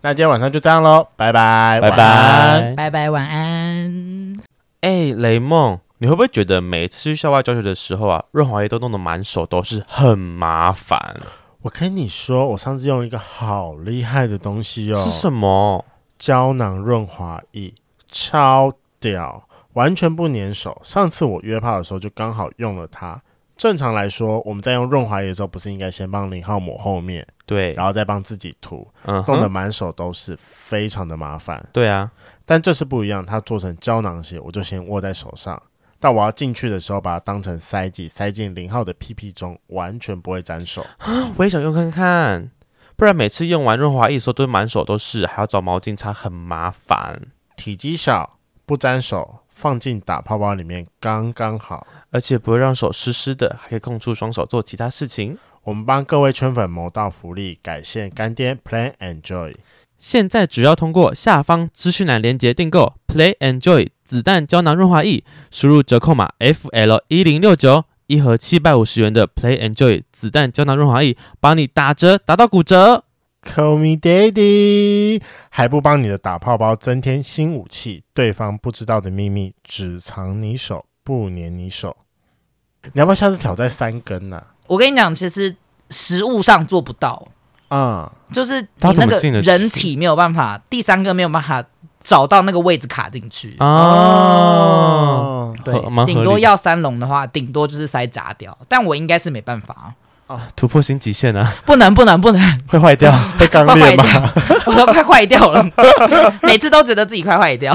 S2: 那今天晚上就这样喽，拜拜，
S1: 拜
S2: 晚安
S1: 拜。
S3: 拜拜，晚安。
S1: 哎、雷梦，你会不会觉得每次去校外教学的时候啊，润滑液都弄得满手都是，很麻烦？
S2: 我跟你说，我上次用一个好厉害的东西哦，
S1: 是什么？
S2: 胶囊润滑液，超屌，完全不粘手。上次我约炮的时候就刚好用了它。正常来说，我们在用润滑液的时候，不是应该先帮零号抹后面，
S1: 对，
S2: 然后再帮自己涂，
S1: 嗯哼，
S2: 弄得满手都是，非常的麻烦。
S1: 对啊，
S2: 但这次不一样，它做成胶囊型，我就先握在手上。但我要进去的时候，把它当成塞剂塞进零号的屁屁中，完全不会沾手。
S1: 我也想用看看，不然每次用完润滑液的时候都满手都是，还要找毛巾擦，很麻烦。
S2: 体积小，不沾手，放进打泡泡里面刚刚好。
S1: 而且不会让手湿湿的，还可以空出双手做其他事情。
S2: 我们帮各位圈粉谋到福利，感谢干爹 Plan and Joy。
S1: 现在只要通过下方资讯栏连接订购 Play Enjoy 子弹胶囊润滑液，输入折扣码 FL 一零六九，一盒七百五十元的 Play Enjoy 子弹胶囊润滑液，帮你打折打到骨折。
S2: Call me daddy，还不帮你的打泡包增添新武器？对方不知道的秘密，只藏你手，不粘你手。你要不要下次挑战三根啊呢、
S3: 我跟你讲，其实食物上做不到，
S1: 嗯
S2: 啊？
S3: 就是
S1: 他
S3: 你
S1: 怎
S3: 那
S1: 么
S3: 个
S1: 进得去
S3: 人体没有办法，第三个没有办法找到那个位置卡进去。
S1: 哦，
S2: 嗯
S3: 对
S1: 合啊蛮，合理的
S3: 顶多要三龙的话，顶多就是塞砸掉，但我应该是没办法，
S1: 突破新极限啊，
S3: 不能不能不能，
S1: 会坏掉。
S2: *laughs* 会刚
S3: 快
S2: 烈
S3: 坏
S2: 吗
S3: *laughs* 掉？，我都快坏掉了，每次都觉得自己快坏掉。